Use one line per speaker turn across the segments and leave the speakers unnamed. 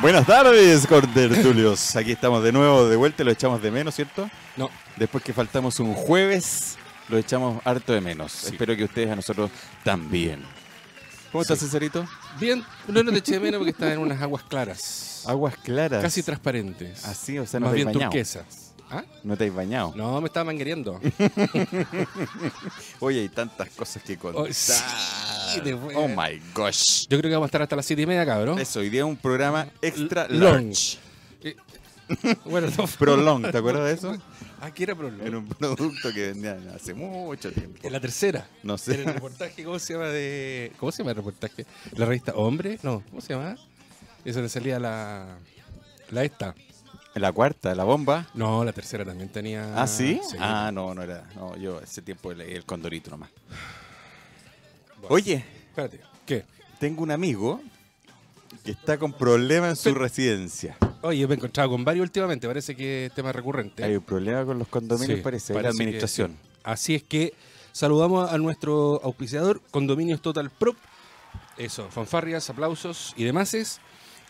Buenas tardes, Contertulios. Aquí estamos de nuevo, de vuelta, lo echamos de menos, ¿cierto?
No.
Después que faltamos un jueves, lo echamos harto de menos. Espero que ustedes a nosotros también. ¿Cómo estás, Cesarito?
Bien, no, no te eché de menos porque estás en unas aguas claras.
Aguas claras.
Casi transparentes.
Así, o sea, no
Más
te has
bien
bañado.
turquesas. ¿Ah?
No te has bañado.
No, me estaba manguereando.
Oye, hay tantas cosas que contar.
Oh, sí, de buena.
Oh my gosh.
Yo creo que vamos a estar hasta las siete y media, cabrón.
Eso, hoy día es un programa extra
L-
large.
long. Eh, Bueno, no.
Prolong, ¿te acuerdas de eso?
Ah, que era Prolong.
Era un producto que vendían hace mucho tiempo.
En la tercera.
No
En
sé.
el reportaje, ¿cómo se llama? De... ¿Cómo se llama el reportaje? ¿La revista Hombre? No, ¿cómo se llama? Eso le salía la. La esta.
La cuarta, la bomba.
No, la tercera también tenía.
Ah, ¿sí? Ah, no, no era. No, yo ese tiempo leí el condorito nomás.
Bueno.
Oye,
Espérate. ¿Qué?
tengo un amigo que está con problemas en su residencia.
Oye, me he encontrado con varios últimamente, parece que es tema recurrente.
Hay un problema con los condominios,
Sí,
parece, de la
parece que-
administración.
Así es que saludamos a nuestro auspiciador, Condominios Total Prop. Eso, fanfarrias, aplausos y demás. es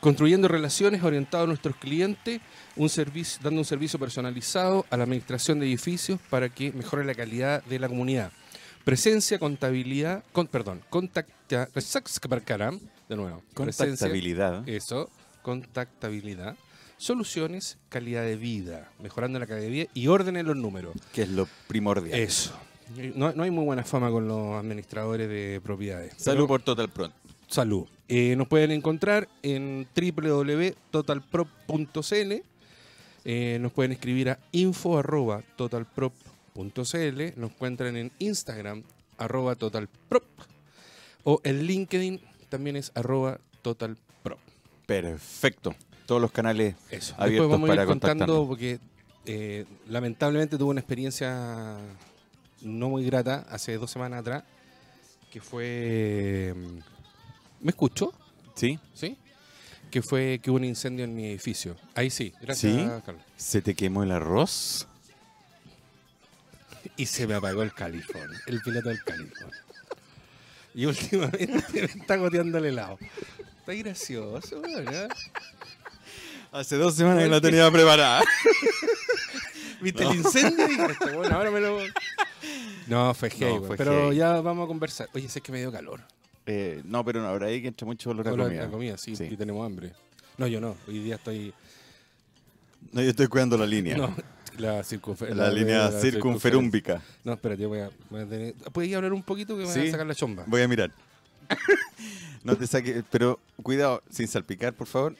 Construyendo relaciones orientado a nuestros clientes, un servicio, dando un servicio personalizado a la administración de edificios para que mejore la calidad de la comunidad. Presencia, contabilidad, con, perdón, contacta, de nuevo. Presencia,
Contactabilidad.
eso, contactabilidad, soluciones, calidad de vida, mejorando la calidad de vida y orden en los números.
que es lo primordial.
Eso. Eh, No, no hay muy buena fama con los administradores de propiedades.
Salud
Pero-
por Total Pronto.
salud. Eh, nos pueden encontrar en www.totalprop.cl. Eh, nos pueden escribir a info.totalprop.cl. Nos encuentran en Instagram, arroba totalprop. O en LinkedIn también es arroba totalprop.
Perfecto. Todos los canales
Eso.
abiertos
Después vamos a
para
ir contando
contactarnos.
porque eh, lamentablemente tuve una experiencia no muy grata hace dos semanas atrás que fue... ¿Me escuchó?
¿Sí?
¿Sí? Que fue que hubo un incendio en mi edificio. Ahí sí, gracias,
¿Sí?
Carlos.
¿Se te quemó el arroz?
Y se me apagó el califón, el piloto del califón. Y últimamente me está goteando el helado. Está gracioso, ¿verdad?
Hace dos semanas que la tenía preparada.
¿Viste el incendio? Y dije, "Este weón ahora me lo... No, fue gay,
No, fue
Pero
heavy.
ya vamos a conversar. Oye, sé que me dio calor.
Eh, no, pero no, ahora ahí que entra mucho olor a
Olor a
comida.
la comida, sí, y tenemos hambre. No, yo no. Hoy día estoy...
No, yo estoy cuidando la línea.
No, la, circunfer-
La, línea
la
circunferúmbica.
No, espérate, voy a, voy a tener... ¿Puedes ir a hablar un poquito que me van
Sí.
a sacar la chomba?
Voy a mirar. no te saques, pero cuidado, sin salpicar, por favor.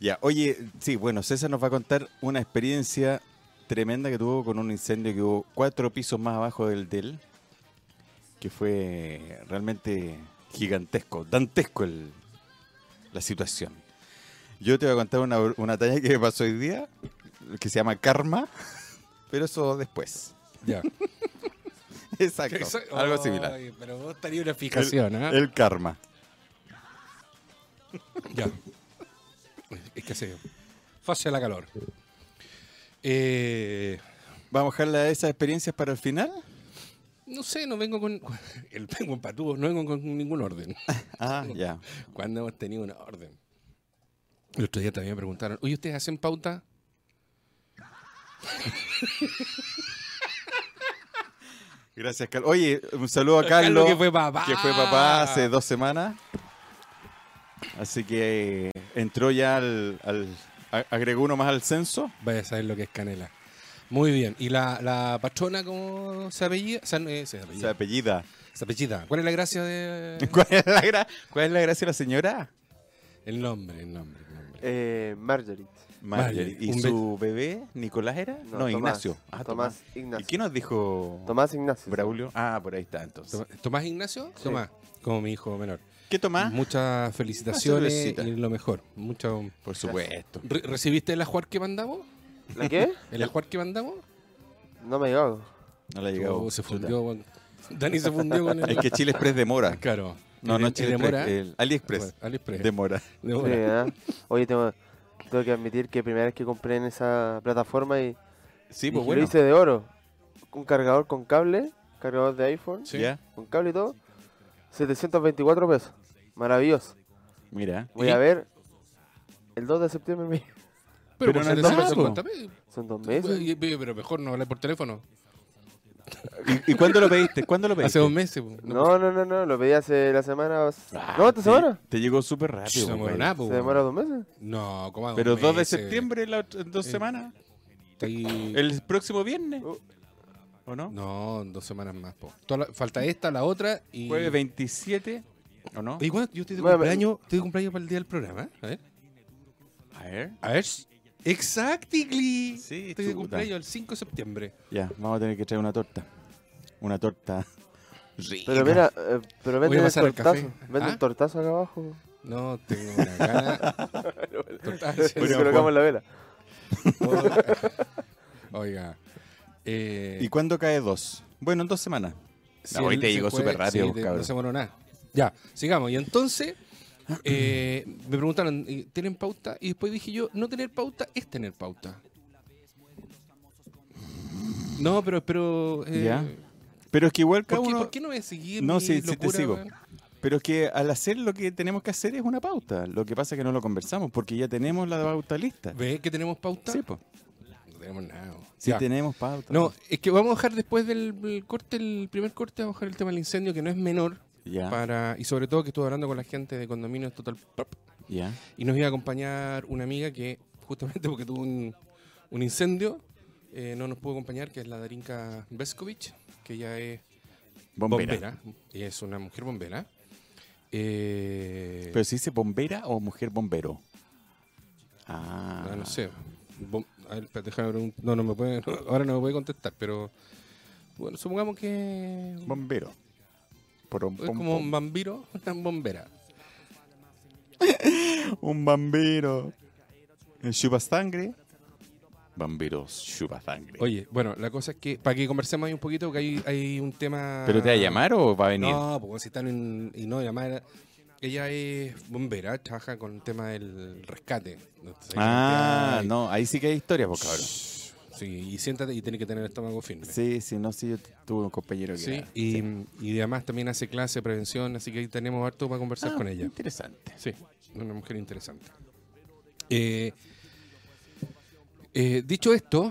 ya, oye, sí, bueno, César nos va a contar una experiencia tremenda que tuvo con un incendio que hubo cuatro pisos más abajo del del, que fue realmente gigantesco, dantesco el- la situación. Yo te voy a contar una, una talla que me pasó hoy día, que se llama Karma, pero eso después.
Ya.
Exacto, algo similar.
Ay, pero vos tenías una fijación, ¿ah?
El karma.
Ya. Es que hace... Fase a la calor. Eh...
¿Vamos a dejar la- esas experiencias para el final?
No sé, no vengo con. El penguin patudo, no vengo con ningún orden.
Ah, ya.
Cuando hemos tenido una orden. El otro día también me preguntaron, oye, ¿ustedes hacen pauta?
Gracias, Carlos. Oye, un saludo a Carlos,
que fue papá.
que fue papá hace dos semanas. Así que eh, entró ya al... al- a- agregó uno más al censo.
Vaya a saber lo que es canela. Muy bien. ¿Y la, la patrona cómo se apellida? Se, eh, se apellida.
Se apellida.
Se apellida. ¿Cuál es la gracia de.?
¿Cuál es la, gra- cuál es la gracia de la señora?
El nombre, el nombre, el nombre.
Eh, Marjorie.
Marjorie. ¿Y
un
su bebé, Nicolás era? No,
Tomás.
Ignacio. Ah,
Tomás,
¿Y
Ignacio.
qué nos dijo
Tomás Ignacio.
Braulio? Ah, por ahí está entonces.
Toma- ¿Tomás Ignacio?
Sí.
Tomás, como mi hijo menor.
¿Qué Tomás?
Muchas felicitaciones
cervecita.
y lo mejor. Mucho...
Por supuesto.
Re- ¿Recibiste el ajuar que mandamos?
¿La qué?
¿El ajuar que mandamos?
No me llegó.
No le llegó.
Oh, se fundió. con- Dani se fundió con
Es
el.
que Chile Express demora.
Claro.
No,
El-
no
el
Chile
demora. Ah,
Express, el AliExpress.
Bueno, AliExpress.
Demora.
Sí,
Demora.
¿verdad? Oye, tengo, tengo que admitir que primera vez que compré en esa plataforma y,
Sí,
y
pues
lo
bueno.
hice de oro. Un cargador con cable, cargador de iPhone,
Sí.
Ya,
con cable y todo. 724 pesos. Maravilloso.
mira.
Voy
¿Y?
a ver El 2 de septiembre me-
Pero,
Pero
por
no te
si te
saco.
sacan 50 mil.
son dos meses.
Y- y- Pero mejor no hablar por teléfono.
¿Y, y cuándo lo pediste? ¿Cuándo lo pediste?
Hace dos meses. po. No,
No, no, no, no, lo pedí hace la semana.
Ah,
no, esta
te-
semana.
Te llegó súper
Ah,
Ch,
rápido.
no me
compadre.
nada, po,
Se
weón.
demora dos meses.
No, como a
Pero 2 de
meses.
septiembre, la ot- en dos
Eh.
semanas.
Está ahí-
El próximo viernes.
Oh.
¿O no?
No, dos semanas más. po. Toda la- Falta esta, la otra y.
Jueves 27. ¿O no?
¿Y cuándo? Yo estoy de
Nueve.
cumpleaños, estoy de cumpleaños para el día del programa. ¿eh? A ver.
A ver.
A ver. Exactly.
Sí,
estoy de
chuta.
cumpleaños el 5 de septiembre.
Ya, vamos a tener que traer una torta. Una torta.
Pero mira, eh, pero
Voy a
venden el
pasar al café.
tortazo. Venden
¿Ah?
el tortazo acá abajo.
No tengo una gana. Total, sí,
Bueno,
Le
sí.
colocamos la vela.
Oiga. Eh,
¿Y cuándo cae 2? Bueno, en dos semanas.
si
No, hoy
él
te
se
llegó
fue-
súper rápido,
sí, te-
cabrón.
No se moró nada. Ya, sigamos. Y entonces eh, me preguntaron, ¿y ¿tienen pauta? Y después dije yo, no tener pauta es tener pauta. No, pero... pero eh,
Ya. Pero es que igual cada
¿por, qué,
uno.
por qué no me seguí en
No,
mi
sí, sí te
locura,
sigo.
weón?
Pero es que al hacer lo que tenemos que hacer es una pauta. Lo que pasa es que no lo conversamos porque ya tenemos la pauta lista.
¿Ve que tenemos pauta?
Sí, pues.
No tenemos nada.
Sí,
Ya.
tenemos pauta.
No, es que vamos a dejar después del el corte, el primer corte, vamos a dejar el tema del incendio, que no es menor.
Ya.
para Y sobre todo que estuve hablando con la gente de Condominios Total Pop.
Ya.
Y nos iba a acompañar una amiga que, justamente porque tuvo un, un incendio, eh, no nos pudo acompañar, que es la Darinka Veskovich, que ella es
Bombera.
bombera. Ella es una mujer bombera. Eh,
Pero se dice bombera o mujer bombero. Ah.
ah, no sé. Bom- a ver, espérate, déjame pregun- no, no me puede, ahora no me puede contestar, pero bueno, supongamos que
Bombero. Por un,
es como un vampiro, una bombera.
un bombero. El chupa sangre. Bomberos chupa sangre.
Oye, bueno, la cosa es que, para que conversemos ahí un poquito, que hay, hay un tema...
¿Pero te va a llamar o va a venir?
No, porque si están en, y no, y además ella es bombera, trabaja con el tema del rescate. Entonces,
ah,
hay-
no, ahí sí que hay historia, pues cabrón.
Sí, y siéntate y tiene que tener el estómago firme.
Sí, sí, no, sí, yo tu- tuve un compañero que
Sí,
era-
y, y además también hace clase de prevención, así que ahí tenemos harto para conversar
Ah,
con ella.
Interesante.
Sí, una mujer interesante. Eh, eh, dicho esto,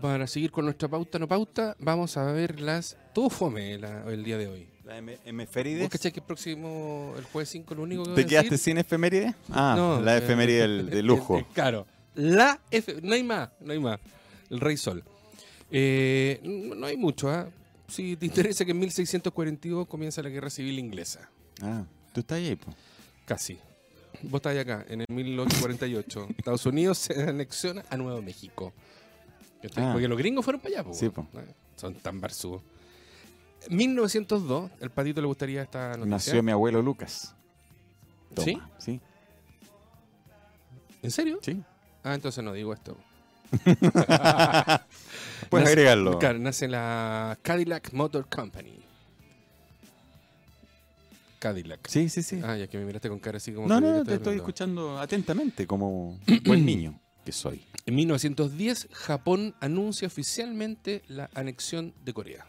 para seguir con nuestra pauta no pauta, vamos a ver las... Todo fome la- el día de hoy.
¿La
¿Vos
efeméride?
cachai que el próximo, el jueves 5, lo único que voy a
¿Te quedaste
decir-
sin efeméride? Ah,
No,
la
eh,
efeméride del- de lujo.
Claro. La F. No hay más, no hay más. El Rey Sol. Eh, no no hay mucho, ¿ah? Si te interesa que en 1642 comienza la guerra civil inglesa.
Ah, tú estás ahí, pues.
Casi. Vos estás acá, en el 1848. Estados Unidos se anexiona a Nuevo México. ¿Cachai?
Ah.
Porque los gringos fueron para allá, po,
Sí,
weón. ¿Eh? Son tan barzudos. 1902, el patito le gustaría esta noticia.
Nació mi abuelo Lucas.
¿Sí?
Sí,
¿En serio?
sí.
Ah, entonces no digo esto.
Puedes
Nace-
agregarlo.
Claro, nace la Cadillac Motor Company. Cadillac.
Sí, sí, sí.
Ah, ya que me miraste con cara así como.
No,
que
no,
yo
no, te estoy
hablando.
escuchando atentamente como buen niño que soy.
En 1910, Japón anuncia oficialmente la anexión de Corea.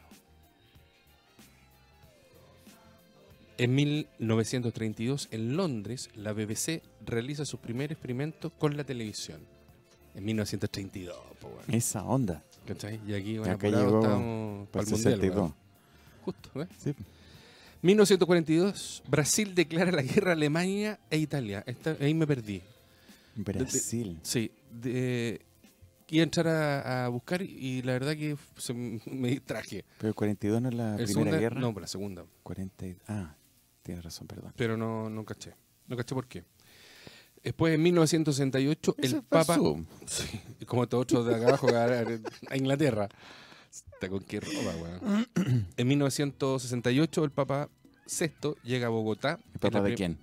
En 1932, en Londres, la BBC realiza su primer experimento con la televisión. En 1932, po, weón.
Esa onda.
¿Cachai? Y aquí,
Y
bueno,
acá
apurados
llegó
estamos
Para
pa'l
el
mundial,
62.
weón. Justo, ¿eh? ¿ves?
Sí.
1942, Brasil declara la guerra a Alemania e Italia. Esta- ahí me perdí.
Brasil.
Sí, de, iba a entrar a, a buscar y la verdad que se m- me distraje.
Pero el 42 no es la
El
primera
segunda-
guerra.
No, pues la segunda,
40 y- ah, tienes razón, perdón.
pero no, no caché. No caché por qué. Después, en 1968, el Papa... Sí, como todos otros de acá abajo que van a- a Inglaterra. Está con qué ropa, weón. En 1968 el Papa VI llega a Bogotá.
¿El
Es la
papá de
prim-
quién?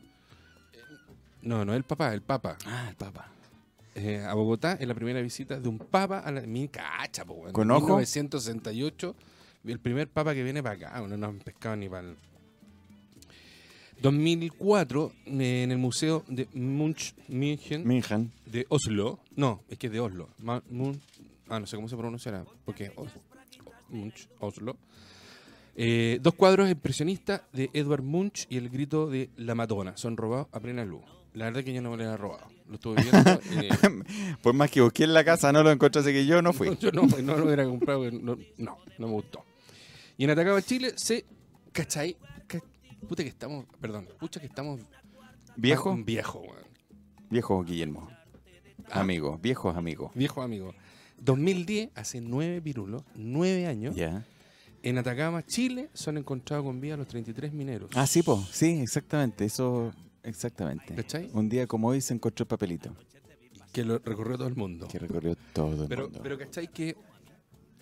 No, no el Papa, el Papa.
Ah, el papá.
Eh, a Bogotá en la primera visita de un Papa a la... Mi cacha, po, weón.
¿Con
En
ojo?
1968, el primer Papa que viene para acá. No nos han pescado ni para el... 2004, eh, en el Museo de Munch, München,
Minhan.
de Oslo. No, es que es de Oslo. Ma- Mun- ah, no sé cómo se pronunciará. Porque Os- Munch, Oslo. Eh, dos cuadros impresionistas de Edward Munch y el grito de La Madonna. Son robados a plena luz. La verdad que yo no me lo había robado. Lo estuve viendo. eh,
Por más que busqué en la casa, no lo encontré, así que yo no fui.
Yo no, no lo hubiera comprado, porque no, no, no me gustó. Y en Atacama, Chile, se. ¿Cachai? Ca- Puta que estamos. Perdón, pucha que estamos.
¿Viejo?
Viejo, weón.
Ah, mm, Viejo Guillermo.
Ah.
Amigo, viejos amigos.
Viejo amigo. 2010, hace nueve pirulos, nueve años,
Ya.
en Atacama, Chile, son encontrados con vida los 33 mineros.
Ah, sí, po. Sí, exactamente. Eso, exactamente.
¿Cachai?
Un día como hoy se encontró el papelito
Que lo recorrió todo el mundo.
que recorrió todo el
Pero,
mundo.
pero ¿cachai? Que,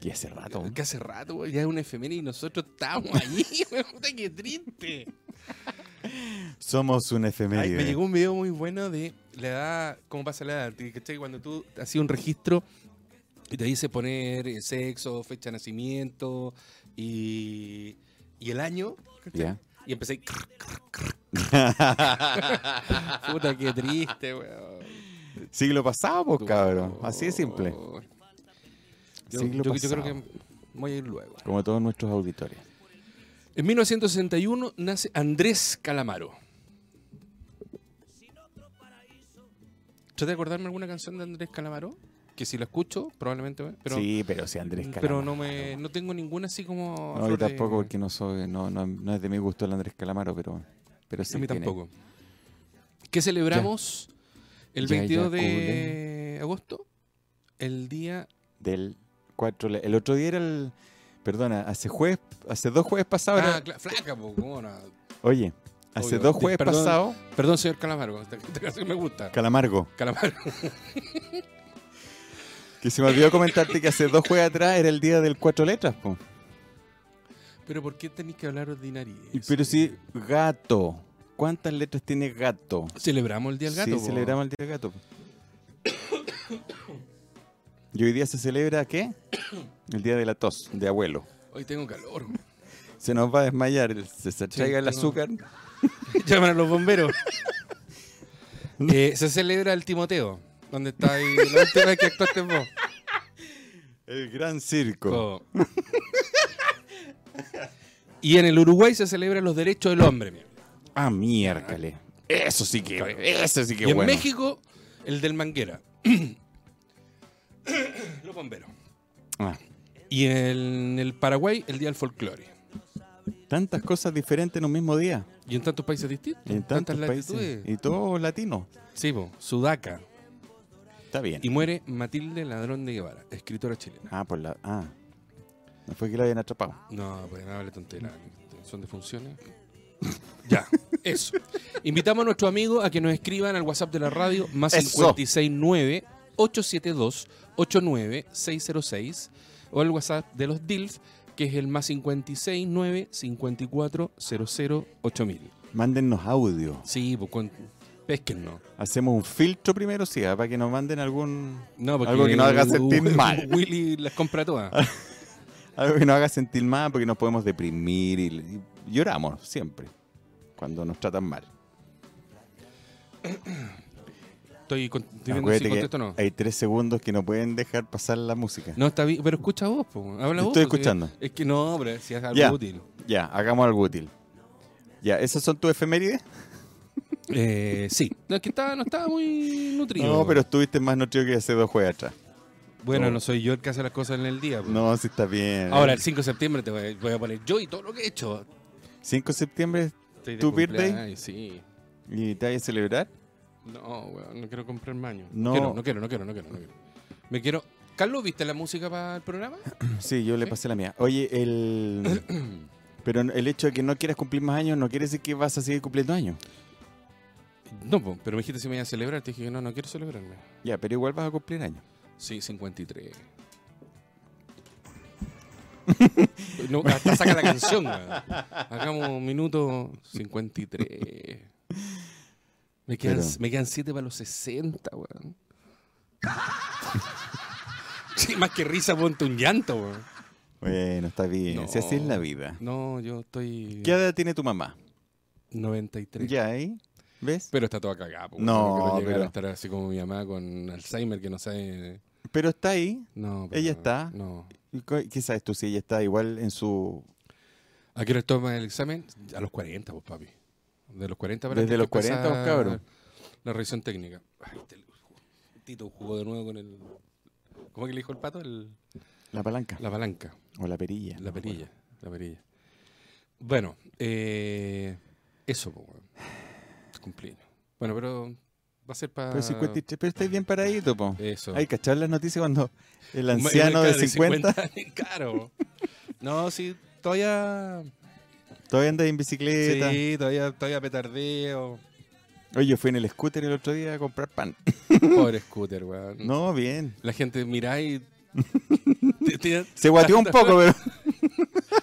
y hace rato.
que hace rato, weón, ya es un efeméride y nosotros estamos ahí, weón. Puta que triste.
Somos un
Ay,
efeméride.
me llegó un video muy bueno de la edad, cómo pasa la edad. Y, ¿Cachai? Cuando tú hacías un registro y te dice poner eh, sexo, fecha de nacimiento y, y el año. ¿cachai?
Ya.
Y empecé. Puta, qué triste, weón.
Siglo pasado,
Oh.
pues, cabrón. Así de simple.
Yo,
Siglo
yo- yo creo
pasado.
que voy a ir luego.
Como todos nuestros auditores.
En 1961 nace Andrés Calamaro. Trata de acordarme alguna canción de Andrés Calamaro, que si la escucho, probablemente, ¿eh? pero,
sí, pero si Andrés Calamaro.
pero no me no tengo ninguna así como... a
No, yo
flor de-
tampoco, porque no, soy, no, no, no es de mi gusto el Andrés Calamaro, pero, pero sí.
a mí
tiene-
tampoco. ¿Qué celebramos el
Ya, ya,
22 de agosto? El día...
Del 4. El otro día era el. Perdona, hace jueves, hace dos jueves pasados. era-
Ah, cla- flaca, po, cómo no.
Oye, hace
Obvio.
dos
Di-
jueves
perdón.
pasados,
Perdón, señor Calamaro, esta, esta canción me gusta.
Calamargo,
Calamaro.
que se me olvidó comentarte que hace dos jueves atrás era el día del cuatro letras, po.
Pero ¿por qué tenéis que hablar de nariz?
Y- Pero sí, gato. ¿Cuántas letras tiene gato?
Celebramos el Día del Gato.
Sí,
po.
celebramos el día del gato. po. y hoy día se celebra qué? El día de la tos, de abuelo.
Hoy tengo calor.
Se nos va a desmayar, el- se, se traiga el
tengo-
azúcar.
Llaman a los bomberos. Eh, se celebra el Timoteo. Donde está ahí la última vez que actuaste vos.
El gran circo.
Co. Y en el Uruguay se celebran los derechos del hombre. mierda.
Ah, miércoles. Eso sí que,
Claro.
eso sí que
y en
bueno.
México, el del manguera. los bomberos.
Ah,
Y en el Paraguay, el Día del Folclore.
tantas cosas diferentes en un mismo día.
Y en tantos países distintos.
En tantos países. Y todos latinos.
Sí, po, Sudaca.
Está bien.
Y muere Matilde Ladrón de Guevara, escritora chilena.
Ah, por la. Ah. No fue que lo habían atrapado.
No, pues no hable tontera. Son de funciones. Ya, eso. Invitamos a nuestros amigos a que nos escriban al WhatsApp de la radio más
Eso.
569 872 89606 o al WhatsApp de los DILF que es el más 569 5400 8000.
Mándennos audio.
Sí, pues con... pesquennos.
Hacemos un filtro primero, sí, ah, para que nos manden algún.
No, porque
Algo que nos haga
uh,
sentir
uh,
mal. Ah.
Willy las compra todas.
Algo que nos haga sentir mal, porque nos podemos deprimir y, y lloramos siempre cuando nos tratan mal.
Estoy, con- estoy viendo si
Acuérdate
contesto
que
o no.
hay tres segundos que no pueden dejar pasar la música.
No, está bien, pero escucha vos, po. habla
Yo
vos.
estoy
po, si-
escuchando.
Es que no, pero si es algo
Ya.
útil.
Ya, hagamos algo útil. Ya, ¿esas son tus efemérides?
Eh, sí. No, es que estaba, no estaba muy nutrido.
No, pero estuviste más nutrido que hace dos jueves atrás.
Bueno,
no.
no. soy yo el que hace las cosas en el día. po.
No, sí está bien.
Ahora, el 5 de septiembre te voy, voy a poner yo y todo lo que he hecho.
5 de septiembre
Estoy de
¿Tu birthday?
cumpleaños, Sí.
y te vas a celebrar.
No, weón, no quiero comprar maño.
No.
Quiero, no quiero, no quiero, no quiero, no quiero. Me quiero... Carlos, ¿viste la música para el programa?
Sí, yo le pasé la mía. Oye, el. Pero el hecho de que no quieras cumplir más años no quiere decir que vas a seguir cumpliendo años.
No, po, pero me dijiste si me iba a celebrar. Te dije que no, no quiero celebrarme.
Ya, pero igual vas a cumplir años.
Sí, 53. no, hasta saca la canción. weón. Hagamos un minuto 53. Me quedan,
Pero-
me quedan 7 para los 60, weón. Sí, más que risa, ponte un llanto, weón.
Bueno, está bien.
No.
Si así es la vida.
No, yo estoy.
¿Qué edad tiene tu mamá?
93.
Ya, ahí. ¿Ves?
Pero está toda cagada, po, weón.
No,
quiero llegar
pero-
a estar así como mi mamá con Alzheimer que no sabe.
Pero está ahí.
No,
Ella está.
No.
¿Y co- ¿Qué sabes tú si ella está igual en su.
¿A qué hora toma el examen? A los pues, 40, pues, papi. De los 40 para
Desde
que
los
empezar-
40, vos, cabrón.
La revisión técnica. Ay, te- Tito jugó de nuevo con el. ¿Cómo que le dijo el pato? El-
La palanca.
la palanca.
O la perilla.
La perilla. La perilla. Bueno, eh, eso, pues, weón. Cumpleaños. Bueno, pero va a ser para.
Pero 53, pero estáis bien paradito, po.
Eso.
Hay que echar las noticias cuando el
Un-
anciano
una
de
cara
50
50, claro. No, sí, todavía.
todavía anda en bicicleta.
Sí, todavía, todavía petardeo.
Oye, fui en el scooter el otro día a comprar pan.
Pobre scooter, weón.
No, bien.
La gente mira y. te- te-
Se guateó un poco, pero.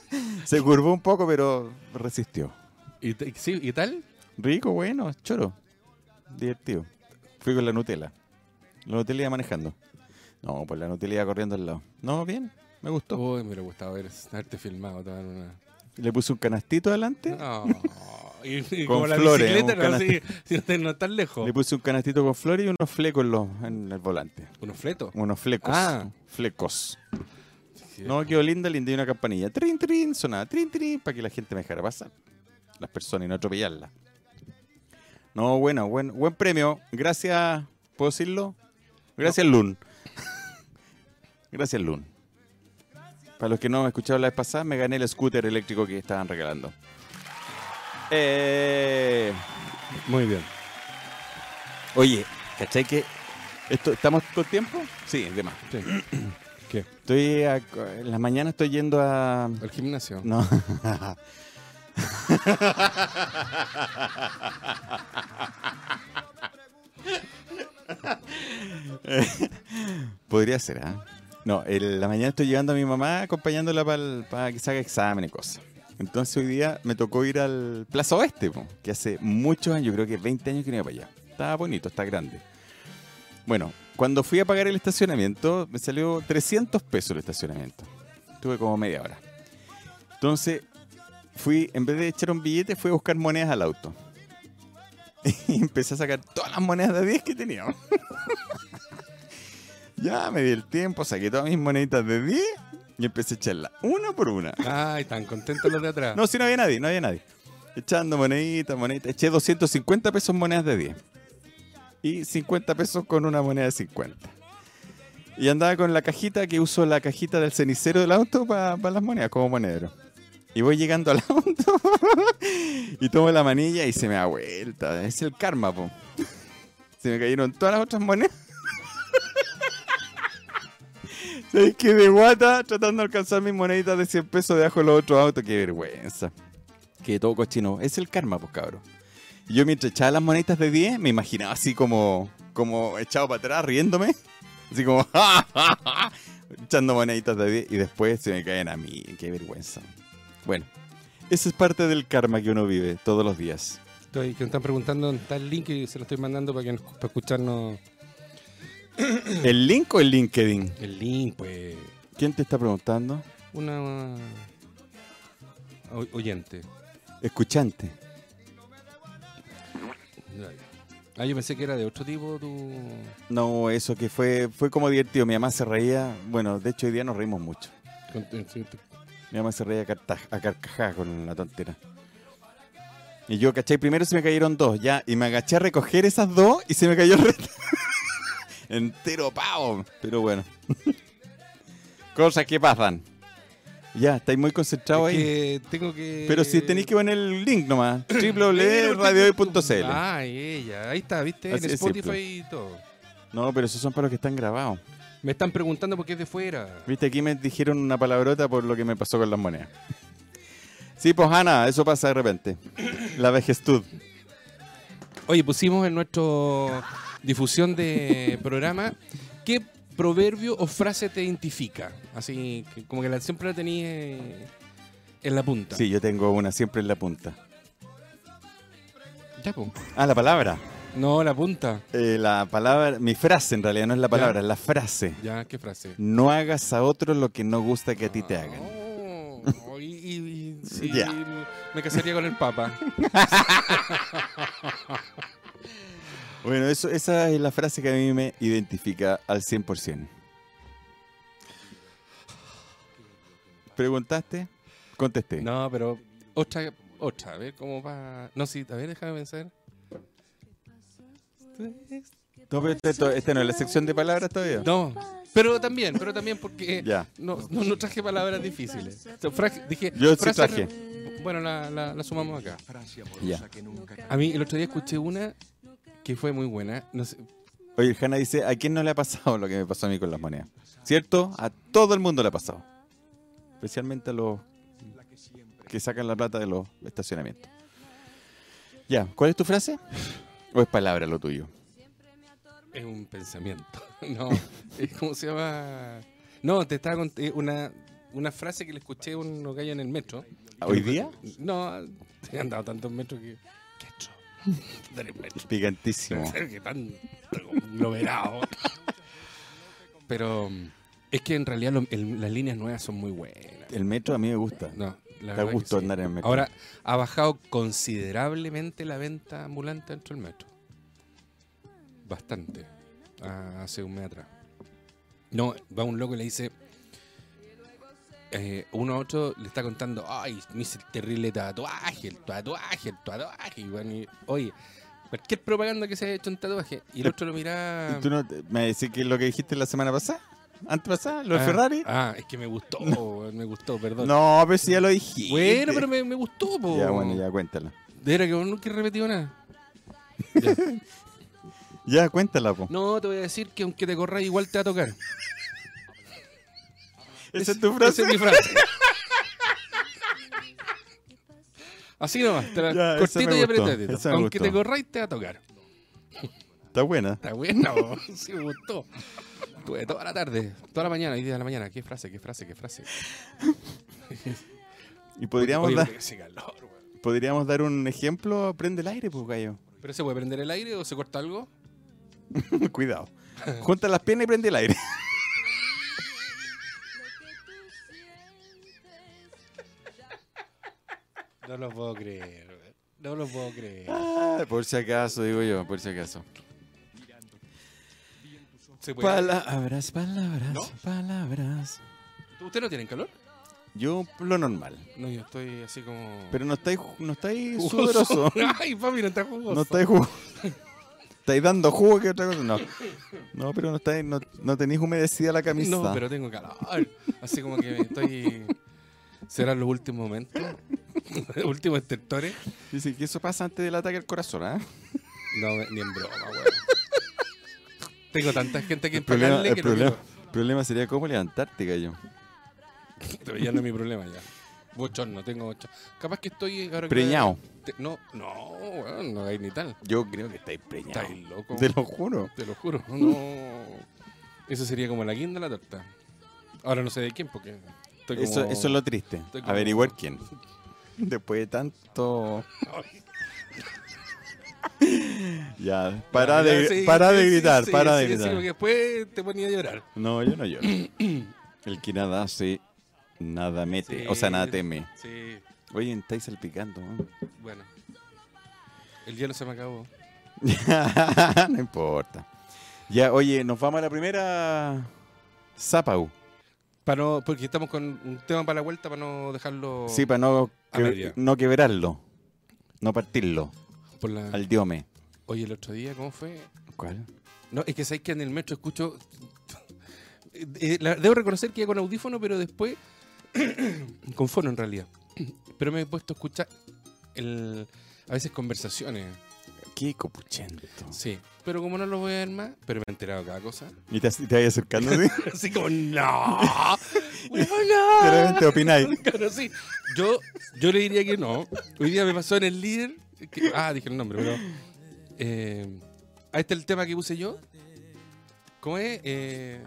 Se curvó un poco, pero resistió.
y, te- sí, ¿Y tal?
Rico, bueno, choro. Divertido. Fui con la Nutella. La Nutella iba manejando. No, pues la Nutella iba corriendo al lado. No, bien, me gustó.
Uy, me hubiera gustado haber, haberte filmado. tomar una-
Le puse un canastito adelante.
No. Y, y
Con
como la
flores,
bicicleta,
un
no, sí, sí, usted no es tan lejos.
Le puse un canastito con flores y unos flecos en, los- en el volante.
Unos fletos.
Unos flecos.
Ah.
Flecos.
Sí.
No, quedó linda, linda y una campanilla. Trin, trin, sonaba trin, trin, para que la gente me dejara pasar. Las personas y no atropellarlas. No, bueno, buen, buen premio. Gracias, ¿puedo decirlo? Gracias, Lun. Gracias, Lun. Para los que no me escucharon la vez pasada, me gané el scooter eléctrico que estaban regalando. Eh,
Muy bien.
oye, ¿cachai que esto, estamos con tiempo? Sí, de más.
Sí. ¿Qué?
Estoy a- en las mañanas estoy yendo a
Al gimnasio.
No. Podría ser, ¿ah? No, en la mañana estoy llevando a mi mamá, acompañándola para que se haga examen y cosas. Entonces hoy día me tocó ir al Plaza Oeste, po, que hace muchos años, yo creo que 20 años que no iba para allá. Está bonito, está grande. Bueno, cuando fui a pagar el estacionamiento, me salió 300 pesos el estacionamiento. Tuve como media hora. Entonces, fui, en vez de echar un billete, fui a buscar monedas al auto. Y empecé a sacar todas las monedas de 10 que tenía. ya me di el tiempo, saqué todas mis moneditas de 10 y empecé a echarlas una por una.
Ay, tan contentos los de atrás.
No, si no había nadie, no había nadie. Echando moneditas, moneditas. Eché 250 pesos en monedas de 10. Y 50 pesos con una moneda de 50. Y andaba con la cajita que uso la cajita del cenicero del auto para las monedas, como monedero. Y voy llegando al auto y tomo la manilla y se me da vuelta. Es el karma, po. Se me cayeron todas las otras monedas. ¿Sabes qué? De guata, tratando de alcanzar mis moneditas de 100 pesos debajo de los otros autos. ¡Qué vergüenza! Que todo cochino. Es el karma, pues, cabrón. Y Yo mientras echaba las moneditas de 10, me imaginaba así como, como echado para atrás, riéndome. Así como, ¡ja, ja, ja! echando moneditas de 10 y después se me caen a mí. ¡Qué vergüenza! Bueno, esa es parte del karma que uno vive todos los días.
Estoy, que me están preguntando dónde está el link y se lo estoy mandando para, que, nos- para escucharnos.
¿El link o el LinkedIn?
El link, pues.
¿Quién te está preguntando?
Una. uh, o- oyente.
Escuchante.
Ah, yo pensé que era de otro tipo tu.
No, eso que fue, fue como divertido. Mi mamá se reía. Bueno, de hecho hoy día nos reímos mucho. Mi mamá se reía a, cartaj- a carcajadas con la tontera. Y yo, ¿cachai? Primero se me cayeron dos, ya. Y me agaché a recoger esas dos y se me cayó el resto. Entero pavo. Pero bueno. Cosas que pasan. Ya, estáis muy concentrados ahí.
Que tengo que. Eh,
Pero si tenéis que poner el link nomás. www.radiohoy.cl
Ay, ella. Ahí está, viste,
Así
en
de
Spotify
simple.
y todo.
No, pero esos son para los que están grabados.
Me están preguntando por qué es de fuera.
Viste, aquí me dijeron una palabrota por lo que me pasó con las monedas. Sí, pues Ana, eso pasa de repente. La vejestud.
Oye, pusimos en nuestro difusión de programa qué proverbio o frase te identifica. Así que como que la, siempre la tenías eh, en la punta.
Sí, yo tengo una siempre en la punta.
Ya, po.
Ah, la palabra.
No, la punta.
Eh, la palabra, mi frase en realidad no es la palabra,
Ya.
es la frase.
Ya, qué frase.
No hagas a otro lo que no gusta que a ti te hagan.
Oh, y, y- y- sí,
Ya.
me casaría con el Papa.
Bueno, eso, esa es la frase que a mí me identifica al 100%. ¿Preguntaste? Contesté.
No, pero otra, otra, a ver cómo va. No, sí, a ver, déjame pensar.
No, pero este, esto- este no es la sección de palabras todavía.
No, pero también, pero también porque
Ya.
no, no, no traje palabras difíciles. O sea, fra- dije,
Yo sí
frases-
traje.
Bueno, la, la- la sumamos acá.
Ya.
A mí el otro día escuché una que fue muy buena. No sé,
Oye, Hanna dice, ¿a quién no le ha pasado lo que me pasó a mí con las monedas? ¿Cierto? A todo el mundo le ha pasado. Especialmente a los que sacan la plata de los estacionamientos. Ya, ¿cuál es tu frase? ¿O es palabra lo tuyo?
es un pensamiento. No, eh, ¿cómo se llama? No, te estaba contando una, una frase que le escuché a un gallo en el metro.
¿Hoy día?
No, he andado tantos metros que... ¿Qué hecho? Tres metros.
Picantísimo.
que tan conglomerado. Pero mm, es que en realidad lo- el- las líneas nuevas son muy buenas.
El metro a mí me gusta.
No, la
Da
verdad que
gusto
sí.
andar en el metro.
Ahora ha bajado considerablemente la venta ambulante dentro del metro. Bastante. Ah, hace un mes atrás. No, va un loco y le dice. eh, uno a otro le está contando, ay, me hice el terrible tatuaje, el tatuaje, el tatuaje. Y bueno, y, oye, cualquier propaganda que se haya hecho en tatuaje. Y el otro lo mira.
Eh, ¿Y ¿Tú no te- me decís que lo que dijiste la semana pasada? ¿Antes pasada? ¿Lo de
ah,
Ferrari?
Ah, es que me gustó, me gustó, perdón.
no, pero si ya lo dijiste.
bueno, pero me, me gustó, po.
Ya, bueno, ya, cuéntala.
De veras que vos nunca he repetido nada.
Ya, cuéntala, po.
No, te voy a decir que aunque te corras igual te va a tocar.
Esa es tu frase.
Esa es mi frase. Así nomás, te la-
Ya, esa
cortito
me
y
gustó,
apretadito.
esa me
Aunque te
gustó.
corráis te va a tocar.
Está buena.
Está bueno, sí me gustó. Tuve toda la tarde, toda la mañana, hoy día de la mañana. ¿Qué frase, qué frase, qué frase?
Y podríamos,
Oye,
dar,
porque hace calor, weón.
podríamos dar un ejemplo. Prende el aire, pues, gallo.
¿Pero se puede prender el aire o se corta algo?
Cuidado. Junta las piernas y prende el aire.
No lo puedo creer, weón. No lo puedo creer.
Ah, por si acaso, digo yo, por si acaso.
Se puede.
Palabras, palabras,
¿No?
palabras.
¿Ustedes no tienen calor?
Yo, lo normal.
No, yo estoy así como.
Pero no estáis, no estáis
Jugoso.
sudoroso.
Ay, papi, no está jugoso.
No estáis jugo. ¿Estáis dando jugo que otra cosa? No. No, pero no, estáis, no, no tenéis humedecida la camisa.
No, pero tengo calor. Así como que estoy. Serán los últimos momentos. Los últimos estertores.
Dice que eso pasa antes del ataque al corazón, ¿ah?
No, ni en broma, weón. Tengo tanta gente que
El problema,
empacarle
el
que
problema- el problema sería cómo levantarte, gallo.
no quiero. Pero ya no es mi problema ya. Bochorno, tengo bochorno. Capaz que estoy ahora que-
Preñado.
Te- No, no, weón, no hay ni tal.
Yo creo que estáis preñado.
Estáis loco.
Te lo juro.
Te lo juro. No. Eso sería como la guinda de la torta. Ahora no sé de quién, porque. estoy
Eso,
como-
eso es lo triste.
estoy como-
Averiguar quién. Después de tanto. ya, para de,
Sí,
para de
sí,
gritar,
sí,
para
sí,
de
sí,
gritar.
porque después te ponía a llorar.
No, yo no lloro. El que nada hace, nada mete. O sea, nada
Sí.
teme.
Sí,
Oye, estáis salpicando. ¿no?
bueno. El hielo se me acabó.
no importa. Ya, oye, nos vamos a la primera. Zapau.
Para no, porque estamos con un tema para la vuelta para no dejarlo
Sí, para no,
A
que-
media.
no quebrarlo. No partirlo.
por la...
Al diome.
Oye, el otro día, ¿cómo fue?
¿Cuál?
No, es que sabéis que en el metro escucho... Eh, la- Debo reconocer que iba con audífono, pero después... con fono, en realidad. Pero me he puesto a escuchar el... a veces conversaciones.
Qué copuchento.
Sí. Pero como no lo voy a ver más, pero me he enterado de cada cosa.
Y te, te vas acercando, ¿sí?
Así como, no.
De
Weona.
repente opináis.
Claro, sí. Yo, yo le diría que no. Hoy día me pasó en el líder. que- ah, dije el nombre, pero. eh, ahí está el tema que puse yo. ¿Cómo es? Eh,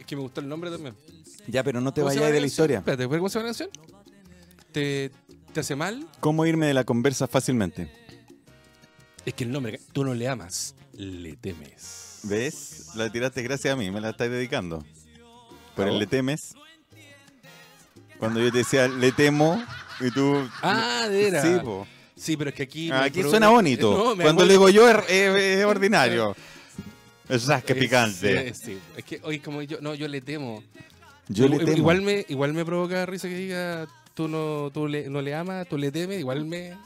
es que me gustó el nombre también.
Ya, pero no te
¿Cómo se
vayas
llama
de la
canción?
historia.
Espérate, ¿cómo se llama la canción? ¿Te, ¿Te hace mal?
¿Cómo irme de la conversa fácilmente?
Es que el nombre, tú no le amas, le temes.
¿Ves? La tiraste gracias a mí, me la estás dedicando. Por
Ah,
el
vos.
le temes. Cuando yo te decía le temo y tú.
Ah, de veras.
Sí, po.
Sí, pero es que aquí.
Ah,
me
Aquí
probé-
suena bonito.
No, me
Cuando
acuerdo-
le digo yo es, es- es ordinario. Es rasca
Eh,
picante.
Sí, sí. Es que hoy como yo, no, yo le temo.
Yo le
Igual-
temo.
Igual me, igual me provoca risa que diga, tú no, tú le, no le amas, tú le temes, igual me...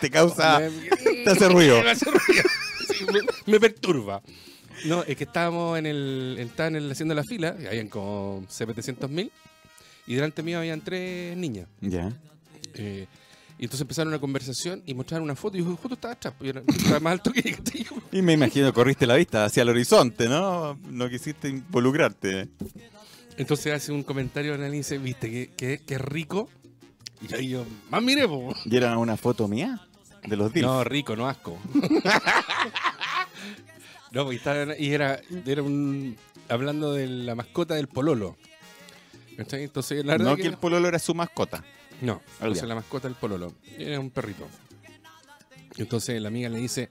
te causa.
me-
Te hace ruido.
me hace ruido. Sí, me, me perturba. No, es que estábamos en el, estaban en- haciendo la fila, y habían como 700 mil, y delante mío habían tres niñas.
Ya.
Eh, y entonces empezaron una conversación y mostraron una foto, y yo justo estaba atrás, pues, yo era- estaba más alto que que yo.
Y me imagino corriste la vista hacia el horizonte, ¿no? No quisiste involucrarte.
Entonces hace un comentario, Ana, y dice, viste, qué, qué, qué rico. Y yo, y yo, más mire, po.
¿Y era una foto mía? De los DILF.
No, rico, no asco. no, porque estaba- y era, era un, hablando de la mascota del pololo. ¿Cachai? Entonces, la
No,
verdad
que el pololo era su mascota.
No,
Ah,
entonces
ya.
la mascota del pololo. Era un perrito. Entonces la amiga le dice,